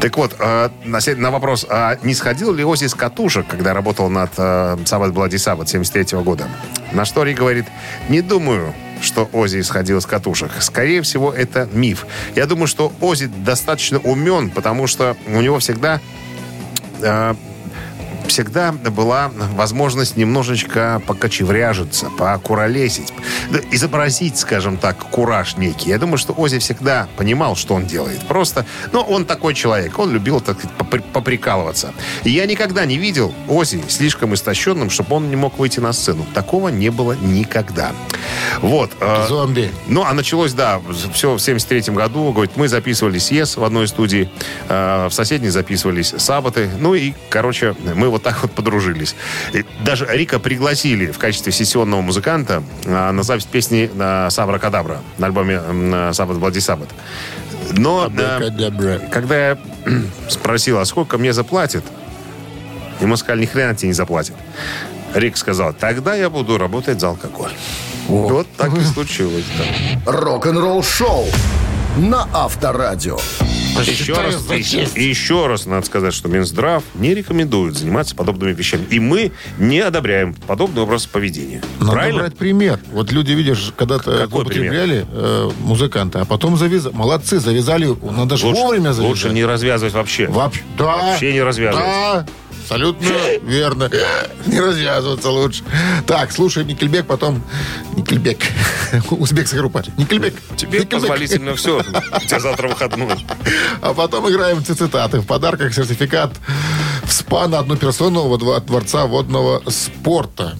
C: Так вот, э, на, след- на вопрос, а не сходил ли Ози с катушек, когда работал над э, «Саббат Блади Саббат» 73 года? На что Ри говорит, не думаю, что Ози сходил с катушек. Скорее всего, это миф. Я думаю, что Ози достаточно умен, потому что у него всегда э, всегда была возможность немножечко покочевряжиться, покуролесить, да, изобразить, скажем так, кураж некий. Я думаю, что Ози всегда понимал, что он делает. Просто, ну, он такой человек, он любил, так сказать, попри- поприкалываться. И я никогда не видел Ози слишком истощенным, чтобы он не мог выйти на сцену. Такого не было никогда. Вот. э,
B: Зомби.
C: ну, а началось, да, все в 73 году. Говорит, мы записывались ЕС в одной студии, э, в соседней записывались Сабаты. Ну и, короче, мы вот так вот подружились. И даже Рика пригласили в качестве сессионного музыканта э, на запись песни э, «Сабра Кадабра» на альбоме э, «Сабат Влади Сабат». Но э,
B: Абракадабра.
C: когда я спросил, а сколько мне заплатят, ему сказали, ни хрена тебе не заплатят. Рик сказал, тогда я буду работать за алкоголь. Вот так и случилось. да.
A: Рок-н-ролл шоу на Авторадио.
C: Еще раз, еще, еще раз надо сказать, что Минздрав не рекомендует заниматься подобными вещами. И мы не одобряем подобный образ поведения.
B: Надо
C: Правильно?
B: брать пример. Вот люди, видишь, когда-то
C: Какой
B: употребляли э, музыканта, а потом завязали. Молодцы, завязали. Надо же вовремя завязать.
C: лучше не развязывать вообще.
B: Вообще, да,
C: Вообще не развязывать.
B: Да, абсолютно верно. Не развязываться лучше. Так, слушай, Никельбек, потом... Никельбек. Узбекская группа. Никельбек.
C: Тебе
B: Никельбек.
C: позволительно все. У тебя завтра выходной.
B: А потом играем цитаты. В подарках сертификат в СПА на одну персону во дво- от Дворца водного спорта.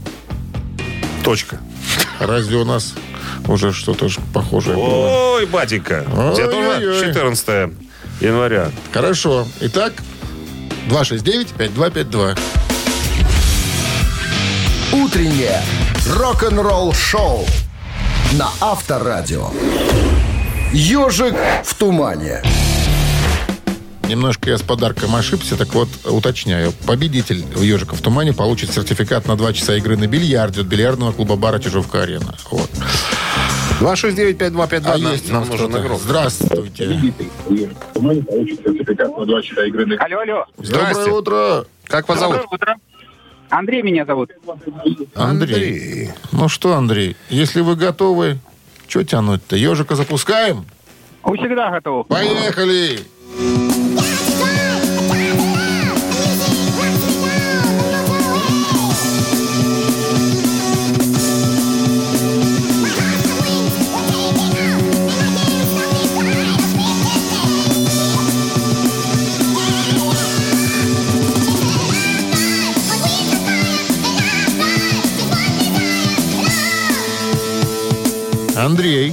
C: Точка.
B: Разве у нас уже что-то ж похожее было?
C: Ой, батенька. У тебя тоже
B: Ой-ой-ой.
C: 14 января.
B: Хорошо. Итак, 269-5252.
A: Утреннее рок-н-ролл шоу на Авторадио. Ежик в тумане.
B: Немножко я с подарком ошибся, так вот, уточняю. Победитель в «Ежика в тумане» получит сертификат на 2 часа игры на бильярде от бильярдного клуба-бара «Чижовка-арена». Вот.
C: 269-5252.
B: А
C: Нам-
B: есть у
C: Нам
B: нас
C: нужен
B: кто-то?
C: игрок.
B: Здравствуйте.
H: Алло, алло.
C: Здрасте.
B: Доброе утро,
C: Как вас зовут?
H: Андрей меня зовут.
B: Андрей. Ну что, Андрей, если вы готовы, что тянуть-то? «Ежика» запускаем?
H: Всегда готов.
B: Поехали! Андрей,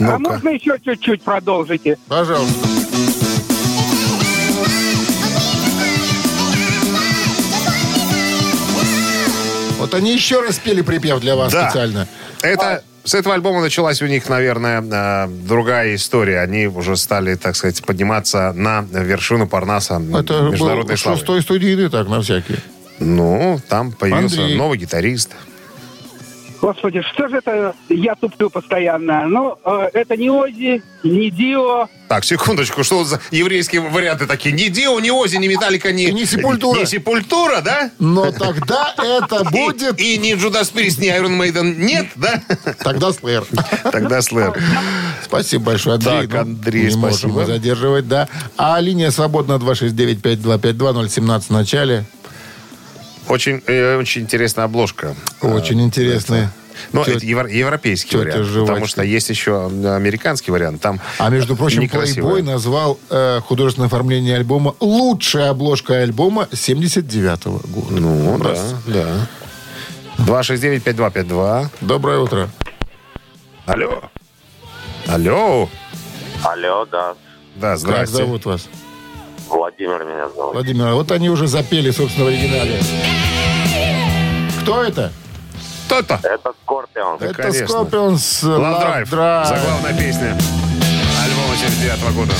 H: а можно еще чуть-чуть продолжите?
B: пожалуйста. Вот они еще раз пели припев для вас
C: Да.
B: специально.
C: Это
B: А.
C: с этого альбома началась у них, наверное, э, другая история. Они уже стали, так сказать, подниматься на вершину Парнаса
B: Это
C: международной
B: был
C: славы.
B: шестой студийный, так, на всякий.
C: Ну, там появился
B: Андрей.
C: новый гитарист.
H: Господи, что же это я туплю постоянно? Ну, э, это не Ози, не Дио.
C: Так, секундочку, что за еврейские варианты такие? Ни Дио, ни Ози, ни Металлика, ни...
B: Не Сепультура.
C: Не Сепультура, да?
B: Но тогда это
C: И-
B: будет...
C: И, ни Джудас Пирис, ни Айрон Мейден. Нет, да?
B: Тогда Слэр.
C: Тогда Слэр.
B: Спасибо большое, Андрей. Ну,
C: Так, Андрей,
B: не можем
C: спасибо.
B: мы задерживать, да. А линия свободна 269-5252-017 в начале.
C: Очень, э, очень интересная обложка.
B: Очень интересный.
C: Но
B: Тё-
C: это евро- европейский
B: тетя
C: вариант.
B: жвачка.
C: Потому что есть еще американский вариант. Там
B: А между прочим,
C: некрасивая.
B: Playboy назвал э, художественное оформление альбома лучшая обложка альбома 79-го года.
C: Ну, да, да. 269-5252.
B: Доброе утро.
C: Алло. Алло.
G: Алло, да.
C: Да,
B: Как
C: здрасте.
B: зовут вас?
G: Владимир меня зовут.
B: Владимир, а вот они уже запели, собственно, в оригинале. Кто это?
C: Кто-то?
G: Это Скорпион.
C: Да,
B: это
C: конечно.
B: Scorpions э,
C: Love Drive.
B: Drive.
C: Заглавная песня альбома 79 года.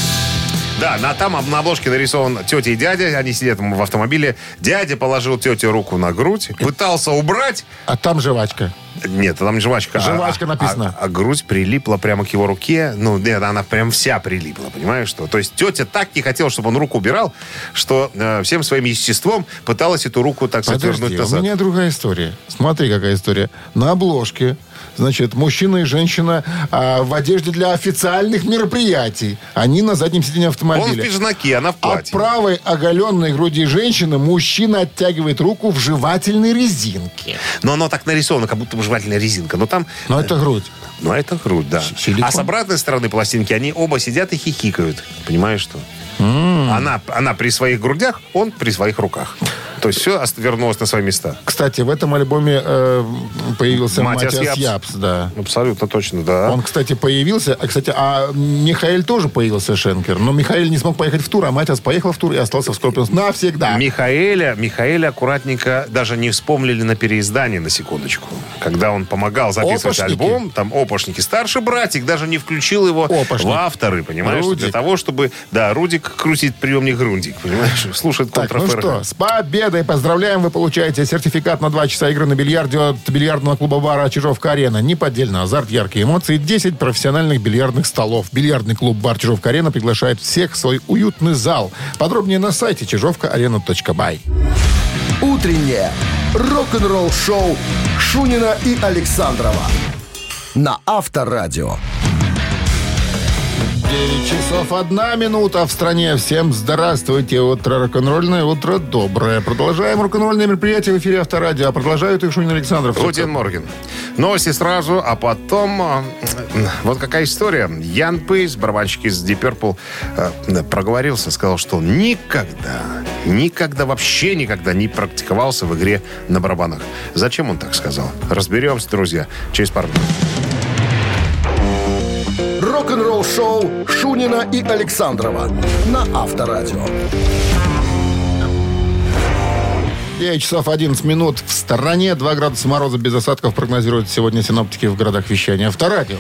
C: Да, на, там об- на обложке нарисован тетя и дядя. Они сидят в автомобиле. Дядя положил тете руку на грудь, пытался убрать.
B: А там жвачка.
C: Нет, там не жвачка. а-
B: Жвачка
C: а-
B: написано.
C: А, а грудь прилипла прямо к его руке. Ну, нет, она прям вся прилипла, понимаешь что? То есть тетя так не хотела, чтобы он руку убирал, что э, всем своим естеством пыталась эту руку, так сказать,
B: Подожди,
C: вернуть
B: у
C: назад.
B: меня другая история. Смотри, какая история. На обложке, значит, мужчина и женщина а, в одежде для официальных мероприятий. Они на заднем сиденье
C: Он в
B: автомобиля.
C: пиджаке, она в
B: От
C: платье.
B: правой оголенной груди женщины мужчина оттягивает руку в жевательной резинке.
C: Но оно так нарисовано, как будто бы жевательная резинка. Но там...
B: Но это грудь.
C: Ну, это грудь, да.
B: силикон.
C: А с обратной стороны пластинки они оба сидят и хихикают. Понимаешь, что? Она, она при своих грудях, он при своих руках. То есть все вернулось на свои места.
B: Кстати, в этом альбоме э, появился
C: Матиас
B: Матиас, Япс.
C: Япс,
B: да.
C: Абсолютно точно, да.
B: Он, кстати, появился. А, кстати, а Михаил тоже появился, Шенкер. Но Михаил не смог поехать в тур, а Матиас поехал в тур и остался в Скорпионс навсегда.
C: Михаэля, Михаэля аккуратненько даже не вспомнили на переиздании, на секундочку. Когда он помогал записывать
B: Опошники.
C: альбом, там опошники. Старший братик даже не включил его
B: Опошник.
C: в авторы, понимаешь?
B: Рудик.
C: Для того, чтобы, да, Рудик крутит приемник Рундик, понимаешь? Слушает
B: Так, ну
C: контраф РГ.
B: что, с победой поздравляем. Вы получаете сертификат на 2 часа игры на бильярде от бильярдного клуба бара «Чижовка-арена». Неподдельно азарт, яркие эмоции, 10 профессиональных бильярдных столов. Бильярдный клуб бар «Чижовка-арена» приглашает всех в свой уютный зал. Подробнее на сайте чижовкаарена.бай.
A: Утреннее рок-н-ролл-шоу Шунина и Александрова на Авторадио.
B: 9 часов одна минута в стране. Всем здравствуйте. Утро рок-н-ролльное, утро доброе. Продолжаем рок-н-ролльные мероприятия в эфире Авторадио. А Продолжают их Шунин Александров.
C: Гутен Морген. Новости сразу, а потом... э, Вот какая история. Ян Пейс, барабанщик из Deep Purple, э, проговорился, сказал, что он никогда, никогда, вообще никогда не практиковался в игре на барабанах. Зачем он так сказал? Разберемся, друзья, через пару минут.
A: Рок-н-ролл-шоу Шунина и Александрова на Авторадио.
B: 9 часов 11 минут в стороне. 2 градуса мороза без осадков прогнозируют сегодня синоптики в городах вещания. Авторадио.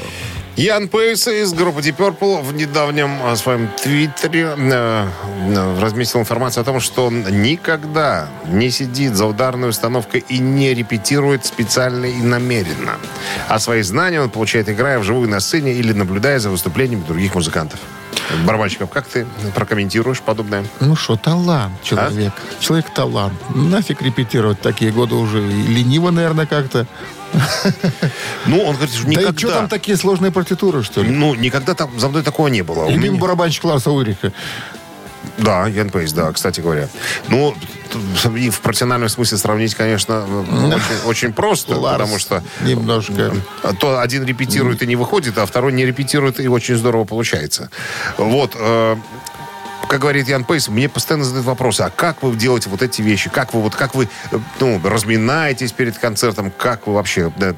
C: Ян Пейс из группы Deep Purple в недавнем э, своем твиттере э, э, разместил информацию о том, что он никогда не сидит за ударной установкой и не репетирует специально и намеренно. А свои знания он получает, играя вживую на сцене или наблюдая за выступлениями других музыкантов. Барабанщиков, как ты прокомментируешь подобное?
B: Ну что,
C: А?
B: талант человек. Человек талант. Нафиг репетировать такие годы уже. И лениво, наверное, как-то.
C: Ну, он говорит, что никогда...
B: Да и что там такие сложные партитуры, что ли?
C: Ну, никогда там за мной такого не было. У
B: Любимый
C: меня-
B: барабанщик Ларса Ульриха.
C: Да, Ян Пейс, да, кстати говоря. Ну, т- и в профессиональном смысле сравнить, конечно, очень, очень просто,
B: Ларс
C: потому что
B: Немножко.
C: ну, А то один репетирует и не выходит, а второй не репетирует и очень здорово получается. Вот, э, как говорит Ян Пейс, мне постоянно задают вопросы, а как вы делаете вот эти вещи, как вы вот, как вы, э, ну, разминаетесь перед концертом, как вы вообще, да,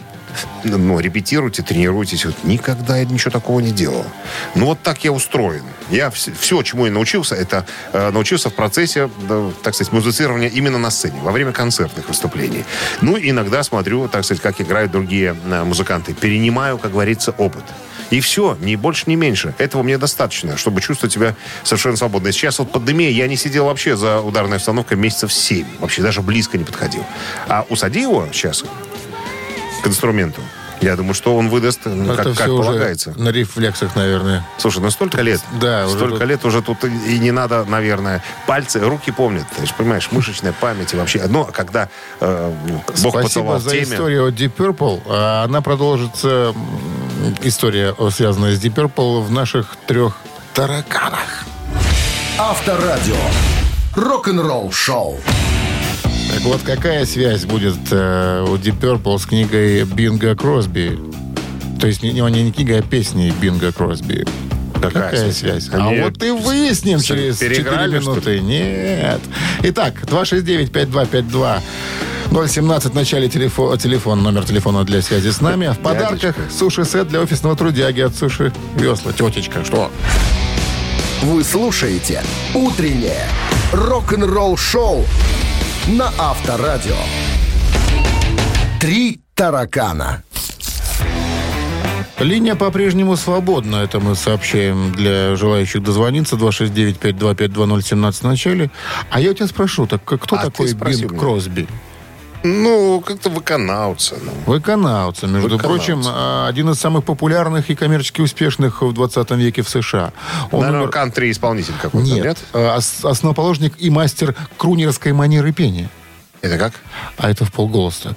C: ну, репетируете, тренируетесь. Вот никогда я ничего такого не делал. Ну, вот так я устроен. Я все, чему я научился, это э, научился в процессе, да, так сказать, музицирования именно на сцене, во время концертных выступлений. Ну, иногда смотрю, так сказать, как играют другие э, музыканты. Перенимаю, как говорится, опыт. И все, ни больше, ни меньше. Этого мне достаточно, чтобы чувствовать себя совершенно свободно. И Сейчас вот под дыме я не сидел вообще за ударной установкой месяцев 7. Вообще даже близко не подходил. А усади его сейчас к инструменту. Я думаю, что он выдаст, ну,
B: Это
C: как,
B: все
C: как
B: уже
C: полагается.
B: на рефлексах, наверное.
C: Слушай, ну столько лет.
B: Да, уже
C: столько
B: тут-
C: лет уже тут и и не надо, наверное, пальцы, руки помнят. Ты же понимаешь, мышечная память и вообще. Но когда э, Бог
B: Спасибо
C: поцеловал
B: за
C: теме-
B: историю о Deep Purple. А, Она продолжится, м, история, о, связанная с Deep Purple, в наших трех тараканах.
A: Авторадио. Рок-н-ролл-шоу.
B: Так вот, какая связь будет э, у Deep Purple с книгой Бинга Кросби? То есть, не, не, не книга, а песни Бинга Кросби.
C: Какая
B: Какая,
C: связь?
B: связь? А
C: Они
B: вот и выясним
C: с-
B: через 4
C: переиграли, что
B: минуты. Нет. Итак, 269-5252. 017 в начале телефон, телефон, номер телефона для связи с нами. А в подарках суши-сет для офисного трудяги от суши весла. Тетечка, что?
A: Вы слушаете «Утреннее рок-н-ролл-шоу» на Авторадио. «Три таракана».
B: Линия по-прежнему свободна. Это мы сообщаем для желающих дозвониться. 269-525-2017 в начале. А я у тебя спрошу, так кто
C: А ты
B: такой
C: спроси
B: Бинг
C: меня.
B: Кросби?
C: Ну, как-то выканаутся. ну.
B: Выканауца, между
C: Выканауца.
B: прочим, а, один из самых популярных и коммерчески успешных в 20 веке в США. Он
C: Наверное,
B: умер-
C: кантри-исполнитель какой-то,
B: Нет,
C: нет.
B: а, ос- основоположник и мастер крунерской манеры пения.
C: Это как?
B: А это в полголоса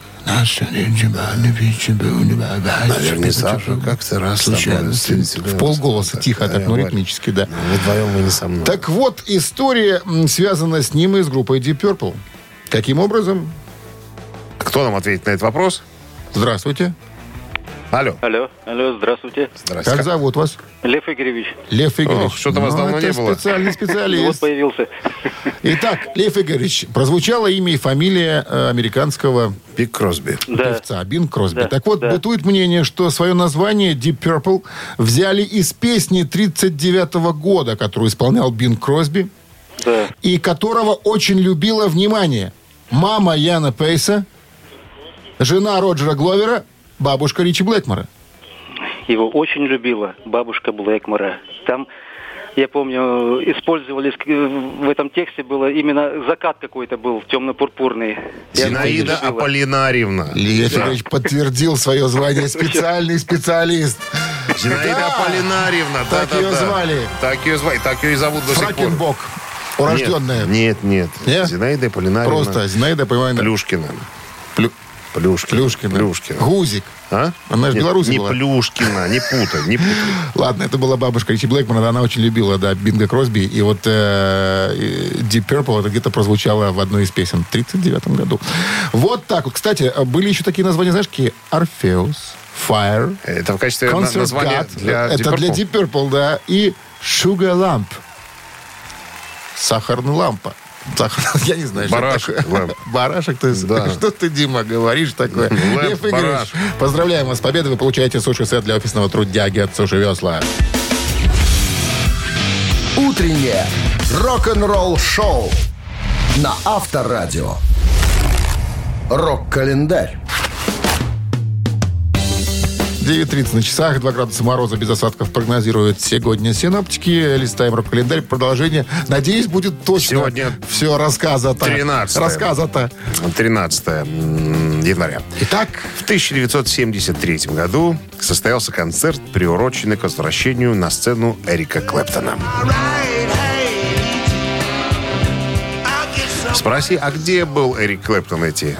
C: Наверное, Саша как-то раз с тобой ну, встретились.
B: э, В полголоса, тихо, так, ну,
C: говорю.
B: ритмически, да.
C: Вы вдвоем вы не со мной.
B: Так вот, история м, связана с ним и с группой Deep Purple. Каким образом?
C: Кто нам ответит на этот вопрос?
B: Здравствуйте.
C: Алло.
G: Алло, алло, здравствуйте.
C: Здрасте.
B: Как зовут вас?
G: Лев Игоревич,
B: Лев Игоревич.
C: Ох, что-то вас
B: Ну,
C: давно
B: это
C: не было.
B: специальный
G: вот
B: специалист.
G: появился.
B: Итак, Лев Игоревич, прозвучало имя и фамилия э, американского
C: Биг Кросби.
G: Да,
B: певца Бин Кросби.
G: Да,
B: так вот,
G: да.
B: бытует мнение, что свое название Deep Purple взяли из песни 39 года, которую исполнял Бин Кросби,
G: да.
B: и которого очень любила, внимание, мама Яна Пейса, жена Роджера Гловера, бабушка Ричи Блэкмора.
G: Его очень любила бабушка Блэкмора. Там, я помню, использовали в этом тексте было именно закат какой-то был темно-пурпурный. Я
C: Зинаида
G: очень любила.
C: Аполлинарьевна.
B: Лев Игоревич подтвердил свое звание специальный специалист.
C: Зинаида
B: Да.
C: Аполлинарьевна.
B: Так
C: да-да-да.
B: ее звали.
C: Так ее звали. Так ее и зовут до сих пор.
B: Фракенбок, урожденная.
C: Нет, нет.
B: Не?
C: нет. Зинаида Аполлинарьевна.
B: Просто Зинаида Поймайна.
C: Плюшкина.
B: Плю-
C: Плюшкина.
B: Плюшкина.
C: Плюшкина.
B: Гузик.
C: А?
B: Она же
C: Нет,
B: беларусь
C: Не
B: была.
C: Плюшкина, не путай, не путай.
B: Ладно, это была бабушка Ричи Блэкмана, она очень любила, да, Бинго Кросби. И вот э, э, Deep Purple это где-то прозвучало в одной из песен в 1939 году. Вот так вот. Кстати, э, были еще такие названия, знаешь, какие? Орфеус, Fire,
C: Это в качестве Э, на-
B: Concert
C: названия
B: God.
C: для
B: это
C: Deep
B: для
C: Purple.
B: Deep Purple, да. И Sugar Lamp. Сахарная лампа. Сахар- Я не знаю, что
C: Барашек
B: это такое.
C: ламп.
B: Барашек, то есть,
C: Да.
B: что ты, Дима, говоришь такое?
C: Лэмп,
B: Лев Игоревич,
C: барашек.
B: поздравляем вас с победой. Вы получаете суши-сет для офисного трудяги от Суши Весла.
A: Утреннее рок-н-ролл-шоу на Авторадио. Рок-календарь.
B: 9.30 на часах, 2 градуса мороза без осадков прогнозируют сегодня синоптики. Листаем рок-календарь. Продолжение, надеюсь, будет точно.
C: Сегодня
B: все рассказа-то.
C: 13-е.
B: Рассказа-то.
C: 13 м, января.
B: Итак,
C: В 1973 году состоялся концерт, приуроченный к возвращению на сцену Эрика Клэптона. Спроси, а где был Эрик Клэптон эти?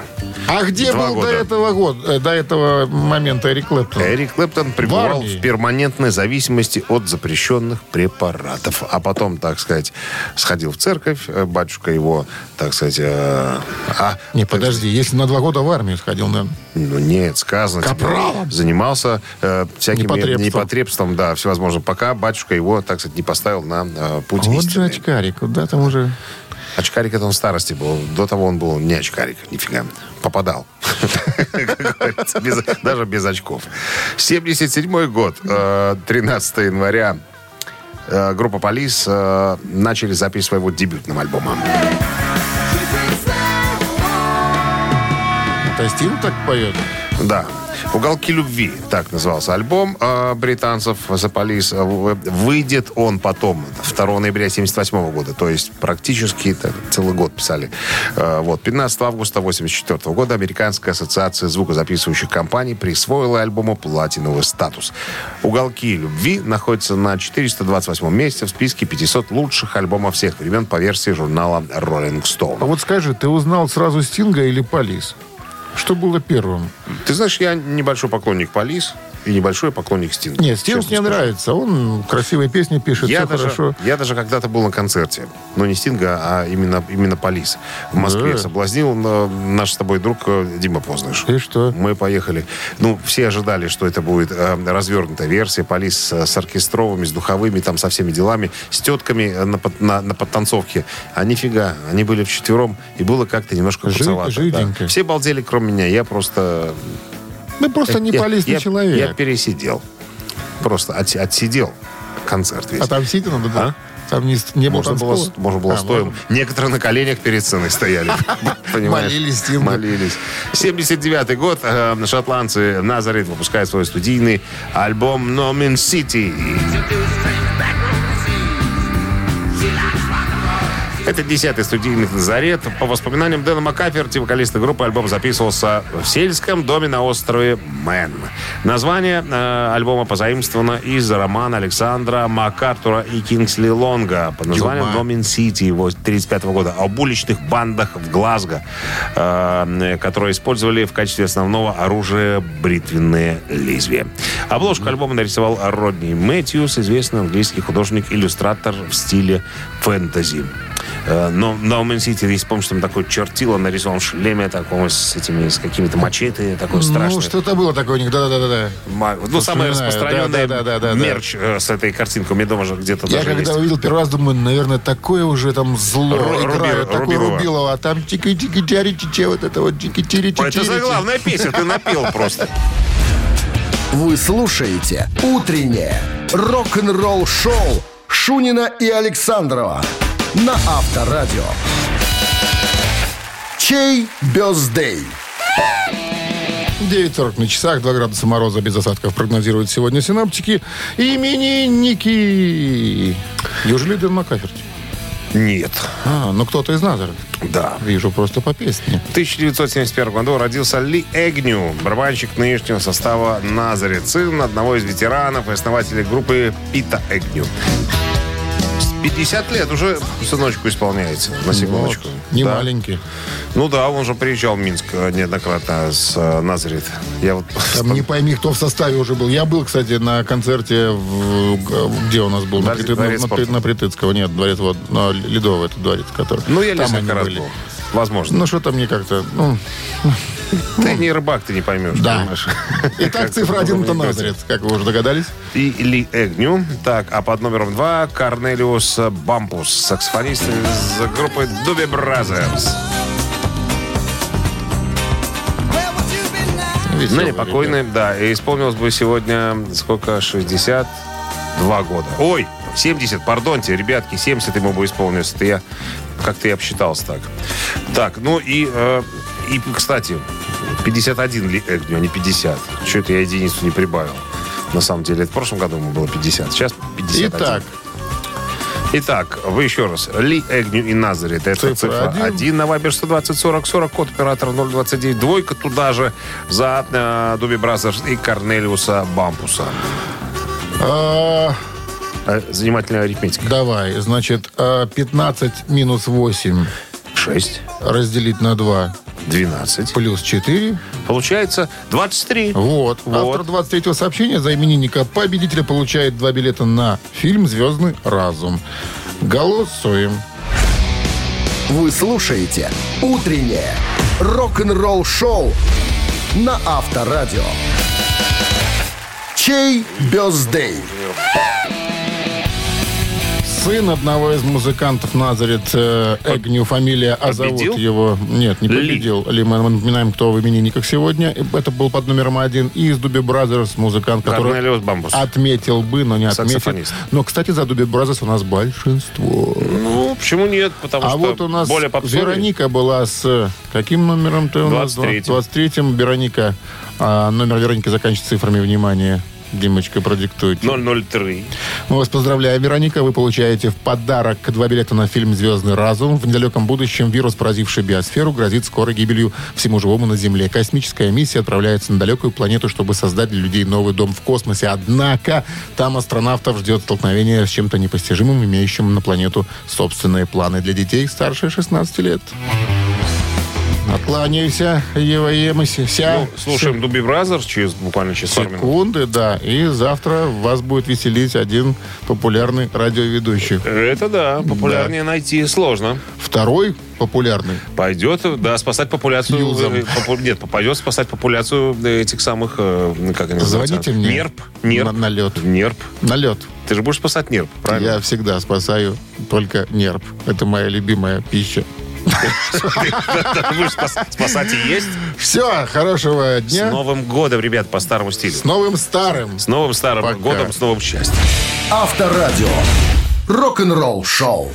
B: а где
C: Два
B: был
C: года.
B: до этого года, э, до этого момента Эрик Клэптон?
C: Эрик Клэптон пребывал
B: армии.
C: в перманентной зависимости от запрещенных препаратов. А потом, так сказать, сходил в церковь, э, батюшка его, так сказать... э, а,
B: Не, подожди, если на два года в армию сходил, наверное.
C: Ну, нет, сказано. тебе.
B: Капралом.
C: Занимался э, всякими
B: Непотребством.
C: непотребством. да, всевозможно. Пока батюшка его, так сказать, не поставил на э, путь
B: Вот же
C: истинный.
B: очкарик, куда там уже...
C: Очкарик это он в старости был. До того он был не очкарик, нифига. Попадал. Как говорится, без- Даже без очков. 77 год, э, 13 января. э, Группа Полис э, начали запись своего дебютного альбома.
B: То есть Тим так поет?
C: Да. «Уголки любви», так назывался альбом э, британцев «The Police». Э, Выйдет он потом, 2 ноября 78 года. То есть практически так, целый год писали. Э, вот, 15 августа 84 года Американская ассоциация звукозаписывающих компаний присвоила альбому платиновый статус. «Уголки любви» находится на 428 месте в списке 500 лучших альбомов всех времен по версии журнала Rolling Stone.
B: А вот скажи, ты узнал сразу Стинга или Полис? Что было первым?
C: Ты знаешь, я небольшой поклонник Полис и небольшой поклонник Стинга.
B: Нет, Стинг
C: Честно
B: мне
C: скажу.
B: нравится. Он красивые песни пишет,
C: Я
B: все
C: даже,
B: хорошо.
C: я даже когда-то был на концерте. Но не Стинга, а именно, именно Полис. В Москве
B: Да.
C: соблазнил э, наш с тобой друг э, Дима Познаш.
B: А. И что?
C: Мы поехали. Ну, все ожидали, что это будет э, развернутая версия. Полис э, с, с оркестровыми, с духовыми, там, со всеми делами. С тетками э, на, под- на- на подтанцовке. А нифига, они были вчетвером. И было как-то немножко
B: Жи-
C: куцевато, да.
B: жиденько.
C: Все балдели, кроме меня. Я просто э,
B: Ну, просто не
C: я-
B: Полис, не
C: я-
B: человек.
C: Я пересидел. Просто от- отсидел концерт весь.
B: А там сидя надо было?
C: А?
B: Там не, не было
C: Можно было,
B: танцпола?
C: можно было
B: А,
C: стоим. Некоторые на коленях перед сценой стояли. Понимаешь?
B: Молились, Тим.
C: Молились. 79 год. э, Шотландцы Назарит выпускают свой студийный альбом Номин Сити. Это десятый студийный «Назарет». По воспоминаниям Дэна Макаферти, вокалиста группы, альбом записывался в сельском доме на острове Мэн. Название э, альбома позаимствовано из романа Александра Макартура и Кингсли Лонга под названием
B: Дюма.
C: «Домин Сити» 1935 года об уличных бандах в Глазго, э, которые использовали в качестве основного оружия бритвенные лезвия. Обложку альбома нарисовал Родни Мэтьюс, известный английский художник-иллюстратор в стиле фэнтези. Э, Но на Умен Сити, если помнишь, там такой чертило нарисован в шлеме таком с этими, с какими-то мачете, такой страшный.
B: Ну, что-то было такое у них, да-да-да-да.
C: Ма- Ну,
B: Вспоминаю.
C: самый распространенный
B: Да-да-да-да-да.
C: мерч э, с этой картинкой. У меня дома же где-то
B: Я
C: даже
B: когда
C: есть.
B: увидел первый раз, думаю, наверное, такое уже там зло
C: Ру-
B: играют.
C: Руби-
B: такое
C: Рубилова.
B: рубилово, а там тики тики тяри че вот это вот тики тири
C: Ой, Ну, Это заглавная
B: типа.
C: песня, ты напел просто.
A: Вы слушаете «Утреннее рок-н-ролл-шоу» Шунина и Александрова на Авторадио. Чей бездей?
B: 9.40 на часах, 2 градуса мороза без осадков прогнозируют сегодня синаптики. Именинники. Неужели Дэн Макаферти?
C: Нет.
B: А, ну кто-то из нас.
C: Да.
B: Вижу просто по песне.
C: В 1971 году родился Ли Эгню, барабанщик нынешнего состава Назарет, сын одного из ветеранов и основателей группы Пита Эгню. 50 лет уже сыночку исполняется, на секундочку.
B: Вот, не
C: Да.
B: маленький.
C: Ну да, он же приезжал в Минск э, неоднократно с э, Назарет. Я вот...
B: Там не пойми, кто в составе уже был. Я был, кстати, на концерте, в- г- где у нас был? На,
C: Дворец-
B: Притыц-
C: Дворец
B: на- на При-
C: спорта.
B: на Притыцкого. Нет, дворец вот, на Ледовый, это дворец, который.
C: Ну, я
B: Там
C: несколько
B: они
C: раз
B: были.
C: был. Возможно.
B: Ну, что-то мне как-то... Ну,
C: ты не рыбак, ты не поймешь.
B: Да.
C: понимаешь?
B: Итак,
C: Как
B: цифра
C: в
B: один это
C: анекдоте.
B: Назарет, как вы уже догадались.
C: и Ли Эгню. Так, а под номером два Корнелиус Бампус, саксофонист из группы Дуби Бразерс.
B: Веселые
C: Ныне Ну, покойный, да. И исполнилось бы сегодня сколько? 62 года. Ой, 70, пардонте, ребятки, 70 ему бы исполнилось. Это я как-то и обсчитался так. Так, ну и, э, и кстати, 51 ли Эгню, а не 50. Что это я единицу не прибавил? На самом деле, это в прошлом году ему было 50, сейчас 51.
B: Итак,
C: Итак, вы еще раз. Ли Эгню и Назарет. Это
B: Цифра
C: цифра
B: один.
C: 1. на Вайбер 120 40 40. Код оператора 029. Двойка туда же за э, Дуби Бразерс и Корнелиуса Бампуса.
B: э,
C: Э, занимательная арифметика.
B: давай, значит, э, 15 минус 8
C: 6,
B: разделить на 2
C: 12.
B: плюс 4.
C: Получается 23.
B: Вот.
C: Вот.
B: Автор 23-го сообщения за именинника победителя получает два билета на фильм «Звездный разум». Голосуем.
A: Вы слушаете «Утреннее рок-н-ролл-шоу» на Авторадио. Чей бездей?
B: Сын одного из музыкантов Назарет э, Эгню, фамилия, а зовут
C: Победил?
B: его... Нет, не
C: Ли.
B: победил. Ли. мы напоминаем, кто в именинниках сегодня. Это был под номером один. И из Дуби Бразерс музыкант, который
C: Корнелиус Бампус.
B: А- отметил бы, но не отметил.
C: Саксофонист.
B: Но, кстати, за Дуби Бразерс у нас большинство.
C: Ну, почему нет? Потому
B: А
C: что
B: вот у нас
C: более попсовый.
B: Вероника была с э, каким номером ты у нас?
C: 23-м.
B: 23-м. Вероника. а, номер Вероники заканчивается цифрами. Внимание. Димочка, продиктуйте.
C: 003.
B: Мы вас поздравляем, Вероника. Вы получаете в подарок два билета на фильм «Звездный разум». В недалеком будущем вирус, поразивший биосферу, грозит скорой гибелью всему живому на Земле. Космическая миссия отправляется на далекую планету, чтобы создать для людей новый дом в космосе. Однако там астронавтов ждет столкновение с чем-то непостижимым, имеющим на планету собственные планы для детей старше 16 лет. Откланяйся, Ева Емыся.
C: Ну, слушаем Дуби Бразерс через буквально через пару минут.
B: Секунды, да. И завтра вас будет веселить один популярный радиоведущий.
C: Это да, популярнее найти сложно.
B: Второй популярный.
C: Пойдет, да, спасать популяцию.
B: Юзом.
C: э, попу- нет, попадет спасать популяцию э, этих самых, э, как они
B: Звоните
C: называются?
B: мне.
C: Нерп. Нерп.
B: На- налет.
C: Нерп.
B: Налет.
C: Ты же будешь спасать нерп,
B: Я
C: правильно?
B: всегда спасаю только нерв. Это моя любимая пища.
C: Ты будешь спас- спасать и есть.
B: Все, хорошего дня.
C: С Новым годом, ребят, по старому стилю.
B: С новым старым.
C: С новым старым
B: Пока.
C: годом, с новым счастьем.
A: Авторадио. Рок-н-ролл шоу.